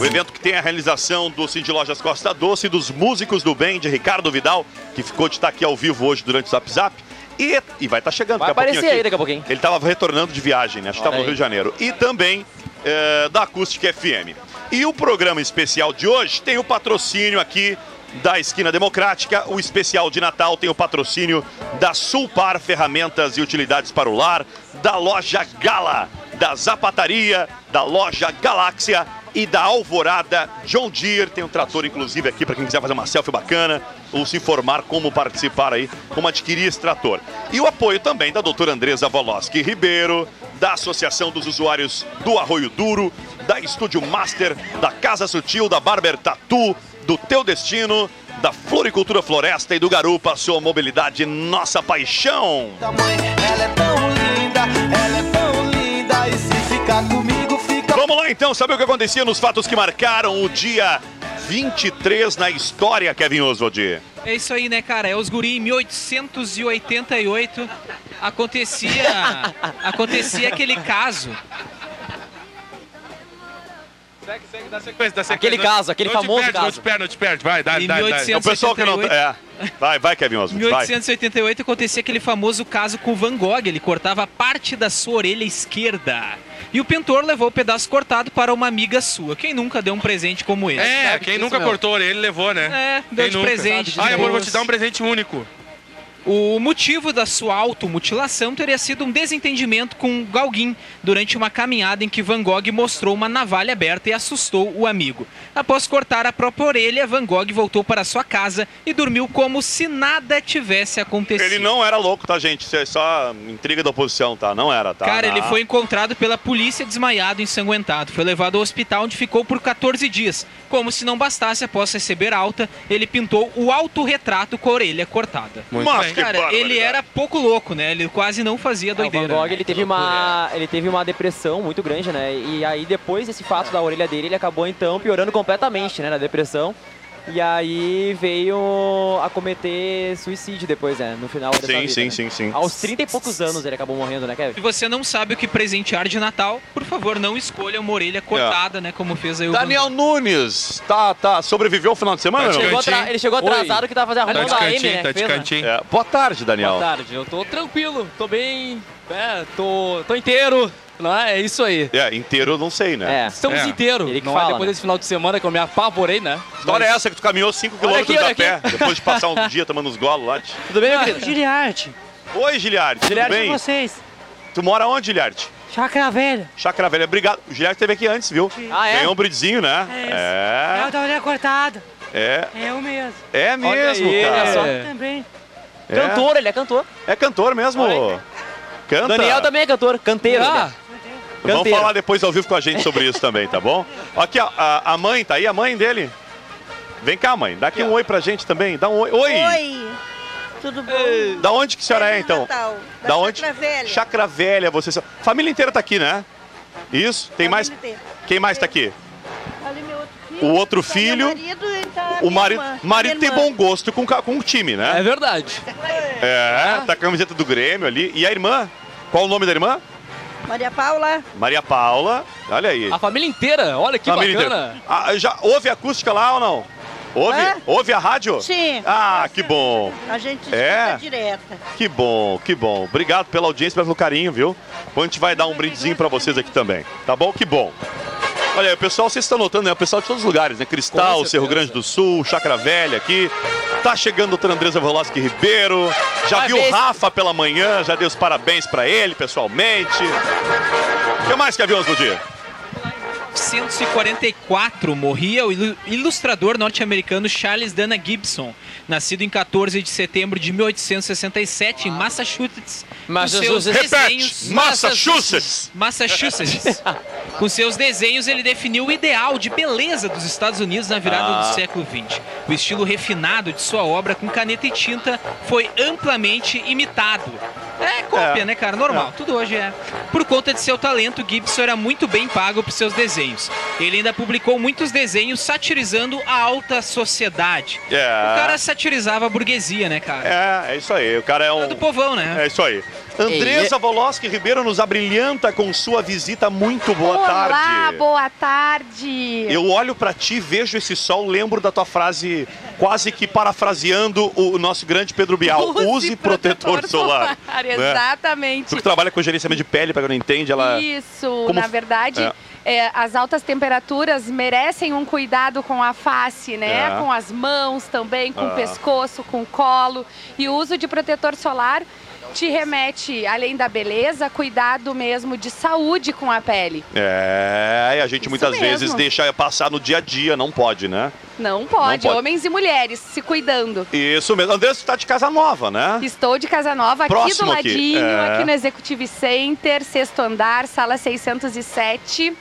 Speaker 11: O evento que tem a realização do Cindy Lojas Costa Doce, dos músicos do bem, de Ricardo Vidal, que ficou de estar aqui ao vivo hoje durante o Zap Zap. E, e vai estar chegando
Speaker 16: Vai
Speaker 11: pouquinho
Speaker 16: aparecer
Speaker 11: aqui.
Speaker 16: aí daqui a pouquinho.
Speaker 11: Ele estava retornando de viagem, né? acho que estava
Speaker 16: Olha
Speaker 11: no
Speaker 16: aí.
Speaker 11: Rio de Janeiro. E também eh, da Acústica FM. E o programa especial de hoje tem o patrocínio aqui da Esquina Democrática. O especial de Natal tem o patrocínio da Sulpar Ferramentas e Utilidades para o Lar, da Loja Gala, da Zapataria, da Loja Galáxia e da Alvorada John Deere. Tem um trator, inclusive, aqui para quem quiser fazer uma selfie bacana ou se informar como participar aí, como adquirir esse trator. E o apoio também da doutora Andresa Voloski Ribeiro, da Associação dos Usuários do Arroio Duro, da Estúdio Master, da Casa Sutil, da Barber Tatu, do Teu Destino, da Floricultura Floresta e do Garupa, sua mobilidade, nossa paixão.
Speaker 18: é linda e se ficar comigo, fica.
Speaker 11: Vamos lá então, saber o que acontecia nos fatos que marcaram o dia 23 na história, Kevin Oswald.
Speaker 13: É isso aí, né, cara? É os guri em 1888 acontecia acontecia aquele caso.
Speaker 12: Segue, segue, dá sequência, dá sequência.
Speaker 13: Aquele caso, aquele
Speaker 12: não te
Speaker 13: famoso
Speaker 12: perde,
Speaker 13: caso.
Speaker 12: Não te perde, não te perde, vai, dá,
Speaker 13: Em
Speaker 12: dá, dá.
Speaker 13: 1888. O pessoal que
Speaker 12: tá-
Speaker 13: não-
Speaker 11: É. Vai, vai, Kevin
Speaker 13: Em
Speaker 11: Oswald, vai.
Speaker 12: é,
Speaker 13: 1888 acontecia aquele famoso caso com Van Gogh. Ele cortava parte da sua orelha esquerda. E o pintor levou o pedaço cortado para uma amiga sua. Quem nunca deu um presente como esse?
Speaker 12: É, quem nunca cortou a orelha, ele levou, né?
Speaker 13: É, deu
Speaker 12: Quem
Speaker 13: de
Speaker 12: nunca?
Speaker 13: presente.
Speaker 12: Ai, amor, vou te dar um presente único.
Speaker 13: O motivo da sua automutilação teria sido um desentendimento com Gauguin durante uma caminhada em que Van Gogh mostrou uma navalha aberta e assustou o amigo. Após cortar a própria orelha, Van Gogh voltou para sua casa e dormiu como se nada tivesse acontecido.
Speaker 11: Ele não era louco, tá, gente? Isso é só intriga da oposição, tá? Não era, tá?
Speaker 13: Cara,
Speaker 11: Não.
Speaker 13: ele foi encontrado pela polícia desmaiado e ensanguentado. Foi levado ao hospital onde ficou por 14 dias. Como se não bastasse, após receber alta, ele pintou o autorretrato com a orelha cortada.
Speaker 16: Muito Mas bem. que
Speaker 13: Cara,
Speaker 16: barbaridade.
Speaker 13: ele era pouco louco, né? Ele quase não fazia
Speaker 16: É, o
Speaker 13: doideira.
Speaker 16: Van Gogh
Speaker 13: né?
Speaker 16: ele teve, uma, ele teve uma depressão muito grande, né? E aí depois desse fato da orelha dele, ele acabou então piorando completamente, né, na depressão. E aí veio a cometer suicídio depois, né? No final dessa
Speaker 11: Sim,
Speaker 16: vida,
Speaker 11: sim,
Speaker 16: né?
Speaker 11: sim, sim.
Speaker 16: Aos 30 e poucos anos ele acabou morrendo, né, Kevin?
Speaker 13: Se você não sabe o que presentear de Natal, por favor, não escolha uma orelha cortada, né? Como fez aí o
Speaker 11: Daniel Nunes, tá, tá, sobreviveu o final de semana?
Speaker 16: Ele
Speaker 11: não?
Speaker 16: chegou, atra- ele chegou atrasado que tava fazendo a
Speaker 11: Tá
Speaker 16: ronda
Speaker 11: de
Speaker 16: da M,
Speaker 11: cantinho,
Speaker 16: né?
Speaker 11: tá de
Speaker 16: Fez, né?
Speaker 11: cantinho. É, boa tarde, Daniel.
Speaker 19: Boa tarde, eu tô tranquilo, tô bem, é, tô, tô inteiro, né? É isso aí.
Speaker 11: É, inteiro eu não sei,
Speaker 16: É.
Speaker 11: né?
Speaker 19: Estamos inteiro. não é
Speaker 11: fala,
Speaker 19: depois
Speaker 11: né?
Speaker 19: desse final de semana que eu me apavorei, né?
Speaker 11: História é essa que tu caminhou 5
Speaker 19: Olha aqui,
Speaker 11: quilômetros a
Speaker 19: olha
Speaker 11: pé,
Speaker 19: aqui.
Speaker 11: depois de passar um dia tomando uns golos lá.
Speaker 19: Tudo bem, meu
Speaker 20: Ah,
Speaker 19: querido?
Speaker 20: Giliarte.
Speaker 11: Oi, Giliard, tudo
Speaker 20: Giliarte
Speaker 11: bem?
Speaker 20: com vocês.
Speaker 11: Tu mora onde, Giliard?
Speaker 20: Chácara Velha.
Speaker 11: Chacra Velha, obrigado. O Giliard esteve aqui antes, viu?
Speaker 20: Ah, é?
Speaker 11: Ganhou um bridezinho, né?
Speaker 20: É isso. É o da orelha cortada.
Speaker 11: É.
Speaker 20: É eu mesmo.
Speaker 11: É, é mesmo, cara.
Speaker 20: Também.
Speaker 11: É. Cantor,
Speaker 16: ele é cantor.
Speaker 11: É cantor mesmo. Canta.
Speaker 16: Daniel também é cantor, canteiro.
Speaker 19: Ah.
Speaker 16: né?
Speaker 11: Então Vamos
Speaker 16: Canteiro.
Speaker 11: falar depois ao vivo com a gente sobre isso também, tá bom? Aqui, ó, a, a mãe, tá aí a mãe dele? Vem cá, mãe. Dá aqui um oi pra gente também. Dá um oi. Oi!
Speaker 21: Tudo bom?
Speaker 11: Da onde que a senhora é, então?
Speaker 21: Natal, da
Speaker 11: da onde?
Speaker 21: Chacra Velha.
Speaker 11: Chacra Velha, você. Família inteira tá aqui, né? Isso? Tem mais?
Speaker 21: inteira.
Speaker 11: Quem mais tá aqui?
Speaker 21: Ali meu outro filho.
Speaker 11: O outro
Speaker 21: tá meu
Speaker 11: filho.
Speaker 21: marido e tá
Speaker 11: O
Speaker 21: minha
Speaker 11: marido,
Speaker 21: irmã,
Speaker 11: marido tem
Speaker 21: minha
Speaker 11: bom
Speaker 21: irmã.
Speaker 11: gosto com, ca- com o time, né? É
Speaker 19: verdade.
Speaker 11: É, tá com a camiseta do Grêmio ali. E a irmã? Qual o nome da irmã?
Speaker 16: é.
Speaker 21: Maria Paula.
Speaker 11: Maria Paula. Olha aí.
Speaker 19: A família inteira, olha que
Speaker 11: Família
Speaker 19: bacana. É?
Speaker 11: inteira. Ah, já ouve acústica lá ou não? Ouve?
Speaker 21: Hã?
Speaker 11: Ouve a rádio?
Speaker 21: Sim.
Speaker 11: Ah, que bom.
Speaker 21: A gente escuta
Speaker 11: É?
Speaker 21: direta.
Speaker 11: Que bom, que bom. Obrigado pela audiência, pelo carinho, viu? Depois a gente vai dar um brindezinho pra vocês aqui também. Tá bom? Que bom. Olha aí, o pessoal, vocês estão notando, né? O pessoal de todos os lugares, né? Cristal, Cerro Grande do Sul, Chacra Velha aqui. Tá chegando a doutora Andresa Velasque Ribeiro. Já
Speaker 19: Vai
Speaker 11: viu
Speaker 19: ver
Speaker 11: o
Speaker 19: esse-
Speaker 11: Rafa pela manhã, já deu os parabéns pra ele pessoalmente. O que mais que é havia no dia?
Speaker 13: 1944 morria o ilu- ilustrador norte-americano Charles Dana Gibson. nascido em 14 de setembro de 1867 em Massachusetts. com
Speaker 7: Massachusetts.
Speaker 13: seus
Speaker 7: Repete,
Speaker 13: desenhos-
Speaker 7: Massachusetts.
Speaker 13: Massachusetts. Com seus desenhos, ele definiu o ideal de beleza dos Estados Unidos na virada
Speaker 11: Ah.
Speaker 13: do século XX. O estilo refinado de sua obra com caneta e tinta foi amplamente imitado. É cópia,
Speaker 7: É.
Speaker 13: né, cara? Normal.
Speaker 7: É.
Speaker 13: Tudo hoje é. Por conta de seu talento, Gibson era muito bem pago por seus desenhos. Ele ainda publicou muitos desenhos satirizando a alta sociedade. O cara satirizava a burguesia, né, cara?
Speaker 11: É, é isso aí. O cara é um. É do
Speaker 13: povão, né?
Speaker 11: É isso aí. Andressa
Speaker 13: Ei,
Speaker 11: Voloski Ribeiro nos abrilhanta com sua visita. Muito boa
Speaker 1: Olá,
Speaker 11: tarde.
Speaker 1: boa tarde.
Speaker 11: Eu olho pra ti, vejo esse sol, lembro da tua frase, quase que parafraseando o nosso grande Pedro Bial. É, Use, protetor, solar. né?
Speaker 1: Exatamente.
Speaker 11: Tu que trabalha com gerenciamento de pele, pra quem não entende, ela.
Speaker 1: Isso,
Speaker 11: Como
Speaker 1: na
Speaker 11: f-
Speaker 1: verdade,
Speaker 11: É.
Speaker 1: é, as altas temperaturas merecem um cuidado com a face, né?
Speaker 11: É.
Speaker 1: Com as mãos também, com
Speaker 11: É.
Speaker 1: o pescoço, com o colo. E o uso de protetor solar te remete, além da beleza, cuidado mesmo de saúde com a pele.
Speaker 11: É, e a gente muitas
Speaker 1: mesmo.
Speaker 11: vezes deixa passar no dia a dia, não pode, né?
Speaker 1: Não pode,
Speaker 11: pode.
Speaker 1: homens e mulheres se cuidando.
Speaker 11: Isso mesmo. Andressa, tu tá de casa nova, né?
Speaker 1: Estou de Casa Nova, aqui
Speaker 11: Próximo
Speaker 1: do
Speaker 11: aqui,
Speaker 1: ladinho,
Speaker 11: é.
Speaker 1: aqui no Executive Center, sexto andar, sala 607.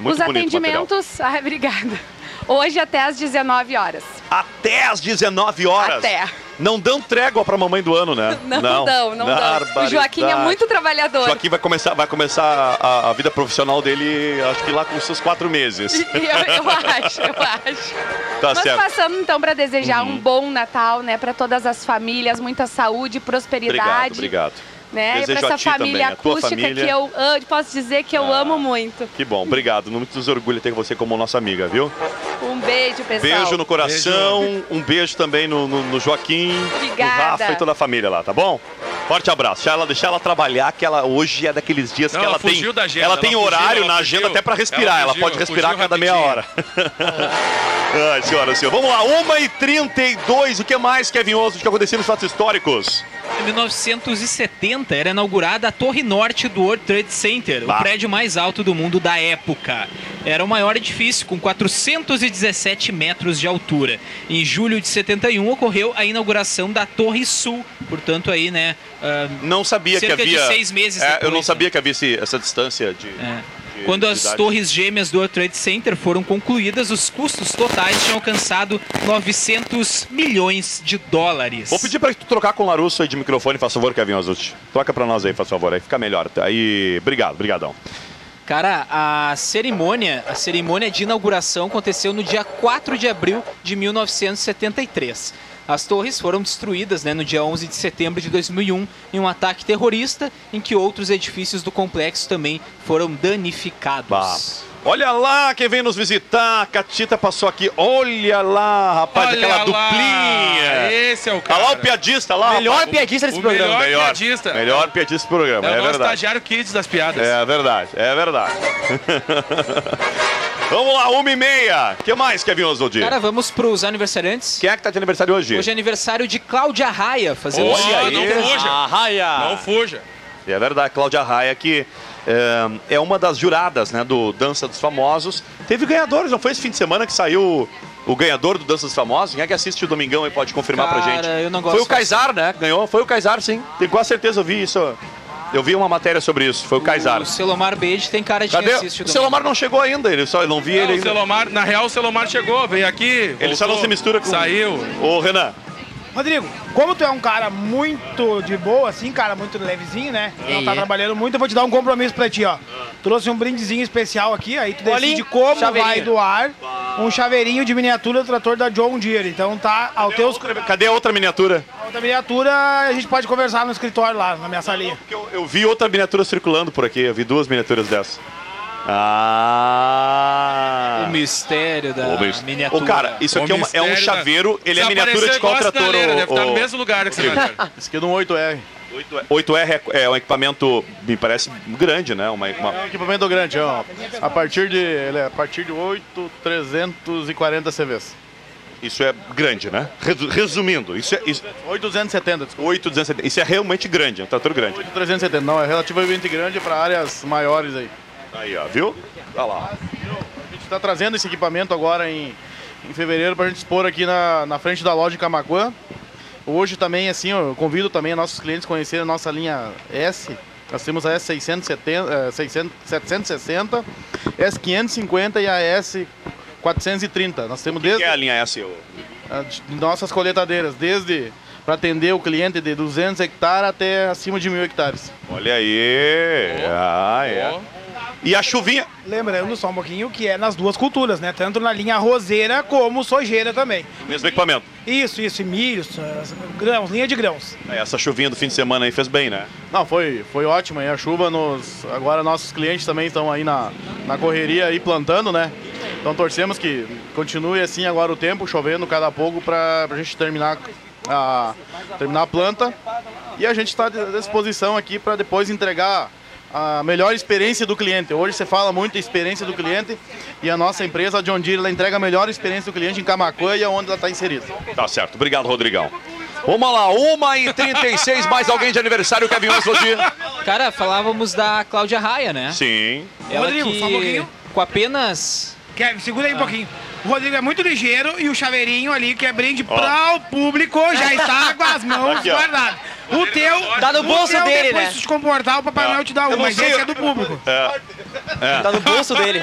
Speaker 11: Muito
Speaker 1: Os
Speaker 11: bonito o
Speaker 1: atendimentos. Ai, obrigada. Hoje até às 19 horas.
Speaker 11: Até às 19 horas.
Speaker 1: Até.
Speaker 11: Não dão trégua pra mamãe do ano, né?
Speaker 1: Não, dão, não dão. O
Speaker 11: Barbaridade.
Speaker 1: Joaquim é muito trabalhador.
Speaker 11: Joaquim vai começar, vai começar a, a vida profissional dele, acho que lá com seus quatro meses.
Speaker 1: Eu, eu acho, eu acho.
Speaker 11: Tá
Speaker 1: Mas
Speaker 11: certo. Uhum.
Speaker 1: passando então para desejar um bom Natal, né, para todas as famílias, muita saúde,
Speaker 11: Obrigado,
Speaker 1: prosperidade,
Speaker 11: obrigado.
Speaker 1: né, e
Speaker 11: Desejo
Speaker 1: para
Speaker 11: a
Speaker 1: essa
Speaker 11: ti
Speaker 1: família
Speaker 11: também, a tua
Speaker 1: acústica
Speaker 11: família.
Speaker 1: que eu amo, posso dizer que eu
Speaker 11: Ah.
Speaker 1: amo muito.
Speaker 11: Que bom, obrigado. Muito nos orgulho ter você como nossa amiga, viu?
Speaker 1: Um beijo, pessoal.
Speaker 11: Beijo no coração, um beijo também no, no- no Joaquim,
Speaker 1: Obrigada.
Speaker 11: no Rafa e toda a família lá, tá bom? Forte abraço. Deixa ela, deixa ela trabalhar, que ela hoje é daqueles dias
Speaker 12: Não,
Speaker 11: que ela,
Speaker 12: ela
Speaker 11: tem.
Speaker 12: fugiu da agenda,
Speaker 11: ela tem
Speaker 12: ela fugiu,
Speaker 11: horário
Speaker 12: ela
Speaker 11: na
Speaker 12: fugiu.
Speaker 11: agenda até pra respirar.
Speaker 12: Ela
Speaker 11: Ela,
Speaker 12: fugiu,
Speaker 11: pode respirar a
Speaker 12: fugiu
Speaker 11: cada meia hora. Ai, senhora, senhor. Vamos lá, 1h32. O que mais, Kevin Oso, que aconteceu nos fatos históricos?
Speaker 13: Em 1970 era inaugurada a Torre Norte do World Trade Center, o prédio mais alto do mundo da época. Era o maior edifício, com 417 metros de altura. Em julho de 71 ocorreu a inauguração da Torre Sul, portanto aí, né?
Speaker 11: não sabia
Speaker 13: cerca
Speaker 11: que havia.
Speaker 13: de seis meses
Speaker 11: É,
Speaker 13: depois.
Speaker 11: eu não sabia que havia esse- essa distância de. de-
Speaker 13: Quando
Speaker 11: de
Speaker 13: as
Speaker 11: idade.
Speaker 13: torres gêmeas do World Trade Center foram concluídas, os custos totais tinham alcançado 900 milhões de dólares.
Speaker 11: Vou pedir pra tu trocar com o Larusso aí de microfone, faz favor, Kevin Ozuti. Troca pra nós aí, faz favor, aí fica melhor. Aí, obrigado, brigadão.
Speaker 13: Cara, a cerimônia, a cerimônia de inauguração aconteceu no dia 4 de abril de 1973. As torres foram destruídas né, no dia 11 de setembro de 2001 em um ataque terrorista em que outros edifícios do complexo também foram danificados.
Speaker 11: Olha lá quem vem nos visitar, a Catita passou aqui. Olha lá, rapaz,
Speaker 12: Olha
Speaker 11: aquela
Speaker 12: lá,
Speaker 11: duplinha.
Speaker 12: esse é o cara.
Speaker 11: Olha lá o piadista lá.
Speaker 12: Melhor
Speaker 11: rapaz.
Speaker 12: piadista desse O programa. melhor piadista.
Speaker 11: Melhor piadista desse programa,
Speaker 12: É o
Speaker 11: é,
Speaker 12: nosso
Speaker 11: verdade.
Speaker 12: estagiário Kids das piadas.
Speaker 11: É verdade, é verdade. Vamos lá, uma e meia. O que mais, Kevin Oswald?
Speaker 13: Cara, vamos para os aniversariantes.
Speaker 11: Quem é que tá de aniversário hoje?
Speaker 13: Hoje é aniversário de Cláudia Raia, fazendo
Speaker 11: Olha aí.
Speaker 13: cinquenta anos.
Speaker 11: Arraia.
Speaker 12: fuja.
Speaker 11: E É verdade, Cláudia Raia que é, é uma das juradas né, do Dança dos Famosos. Teve ganhadores, não foi esse fim de semana que saiu o ganhador do Dança dos Famosos? Quem é que assiste o Domingão e pode confirmar pra
Speaker 13: Cara,
Speaker 11: gente?
Speaker 13: eu não gosto
Speaker 11: foi o
Speaker 13: de
Speaker 11: Kaysar, né? que Ganhou, foi o Kaysar, sim. Tenho quase certeza, eu vi isso. Eu vi uma matéria sobre isso, foi o Kaysar.
Speaker 13: O Selomar Bede tem cara de
Speaker 11: Cadê?
Speaker 13: quem assiste
Speaker 11: O Selomar não chegou ainda, ele só eu não vi ele
Speaker 12: Não, É, o
Speaker 11: ainda.
Speaker 12: Selomar, na real, o Selomar chegou, veio aqui.
Speaker 11: Ele só não
Speaker 12: voltou,
Speaker 11: se mistura com.
Speaker 12: Saiu.
Speaker 11: Ô, Renan.
Speaker 15: Rodrigo, como tu é um cara muito de boa, assim, cara, muito levezinho, né? Não tá
Speaker 13: É.
Speaker 15: trabalhando muito, eu vou te dar um compromisso pra ti, ó. Trouxe um brindezinho especial aqui, aí tu decide
Speaker 13: Olha,
Speaker 15: como vai
Speaker 13: chaveirinho.
Speaker 15: doar um chaveirinho de miniatura do trator da John Deere. Então tá ao teu...
Speaker 11: Cadê a outra miniatura?
Speaker 15: Outra miniatura, a gente pode conversar no escritório lá, na minha salinha.
Speaker 11: Eu vi outra miniatura circulando por aqui, eu vi duas miniaturas dessa. Ah!
Speaker 13: O mistério da
Speaker 11: Ô, bicho.
Speaker 13: miniatura.
Speaker 11: Ô, cara, isso aqui é, uma- é um chaveiro, ele é miniatura de qual trator? ô- ô- Rodrigo?
Speaker 14: Isso aqui é de um 8R.
Speaker 11: 8R é, é um equipamento, me parece, grande, né? Uma, uma-
Speaker 14: É um equipamento grande, ó. A partir de, ele é a partir de 8, 340 CVs.
Speaker 11: Isso é grande, né? Resu- Resumindo, isso é... Isso...
Speaker 14: 870, desculpa.
Speaker 11: 870. Isso é realmente grande, é um trator grande.
Speaker 14: 370, não, é relativamente grande para áreas maiores aí. tá
Speaker 11: Aí, ó, viu? Olha lá.
Speaker 14: A gente está trazendo esse equipamento agora em, em fevereiro para a gente expor aqui na, na frente da loja em Camacuã. Hoje também, assim, eu convido também nossos clientes a conhecerem a nossa linha S. Nós temos a S670, eh, 600, 760, S550 e a S430. Nós temos
Speaker 11: O que
Speaker 14: desde
Speaker 11: é a linha S? ô?
Speaker 14: ah, de- nossas coletadeiras, desde para atender o cliente de 200 hectares até acima de mil hectares.
Speaker 11: Olha aí. Ah, é. E a chuvinha?
Speaker 15: Lembrando só um pouquinho que é nas duas culturas, né? Tanto na linha roseira como sojeira também.
Speaker 11: Mesmo equipamento.
Speaker 15: Isso, isso, e milhos, as- grãos, linha de grãos.
Speaker 11: Essa chuvinha do fim de semana aí fez bem, né?
Speaker 14: Não, foi, foi ótimo. E a chuva nos. Agora nossos clientes também estão aí na, na correria aí plantando, né? Então torcemos que continue assim agora o tempo, chovendo cada pouco para a gente terminar a, terminar a planta. E a gente está à disposição aqui para depois entregar a melhor experiência do cliente. Hoje você fala muito em experiência do cliente e a nossa empresa, a John Deere, ela entrega a melhor experiência do cliente em Camacuã e é onde ela está inserida.
Speaker 11: Tá certo. Obrigado, Rodrigão. Vamos lá, 1h36, mais alguém de aniversário, Kevin Oswald.
Speaker 13: Cara, falávamos da Cláudia Raia, né?
Speaker 11: Sim.
Speaker 13: Ela
Speaker 15: Rodrigo,
Speaker 13: que,
Speaker 15: só um pouquinho.
Speaker 13: Com apenas...
Speaker 15: Kevin, segura aí
Speaker 13: Ah.
Speaker 15: um pouquinho. O Rodrigo é muito ligeiro e o chaveirinho ali, que é brinde
Speaker 13: Ó.
Speaker 15: para o público, já está com as mãos
Speaker 13: Aqui, ó.
Speaker 15: guardadas. O teu.
Speaker 13: Tá no
Speaker 15: o
Speaker 13: bolso
Speaker 15: teu,
Speaker 13: dele,
Speaker 15: depois
Speaker 13: né?
Speaker 15: Se te comportar, o Papai Noel te dá um, mas esse é do público.
Speaker 11: É. É.
Speaker 16: Tá no bolso dele.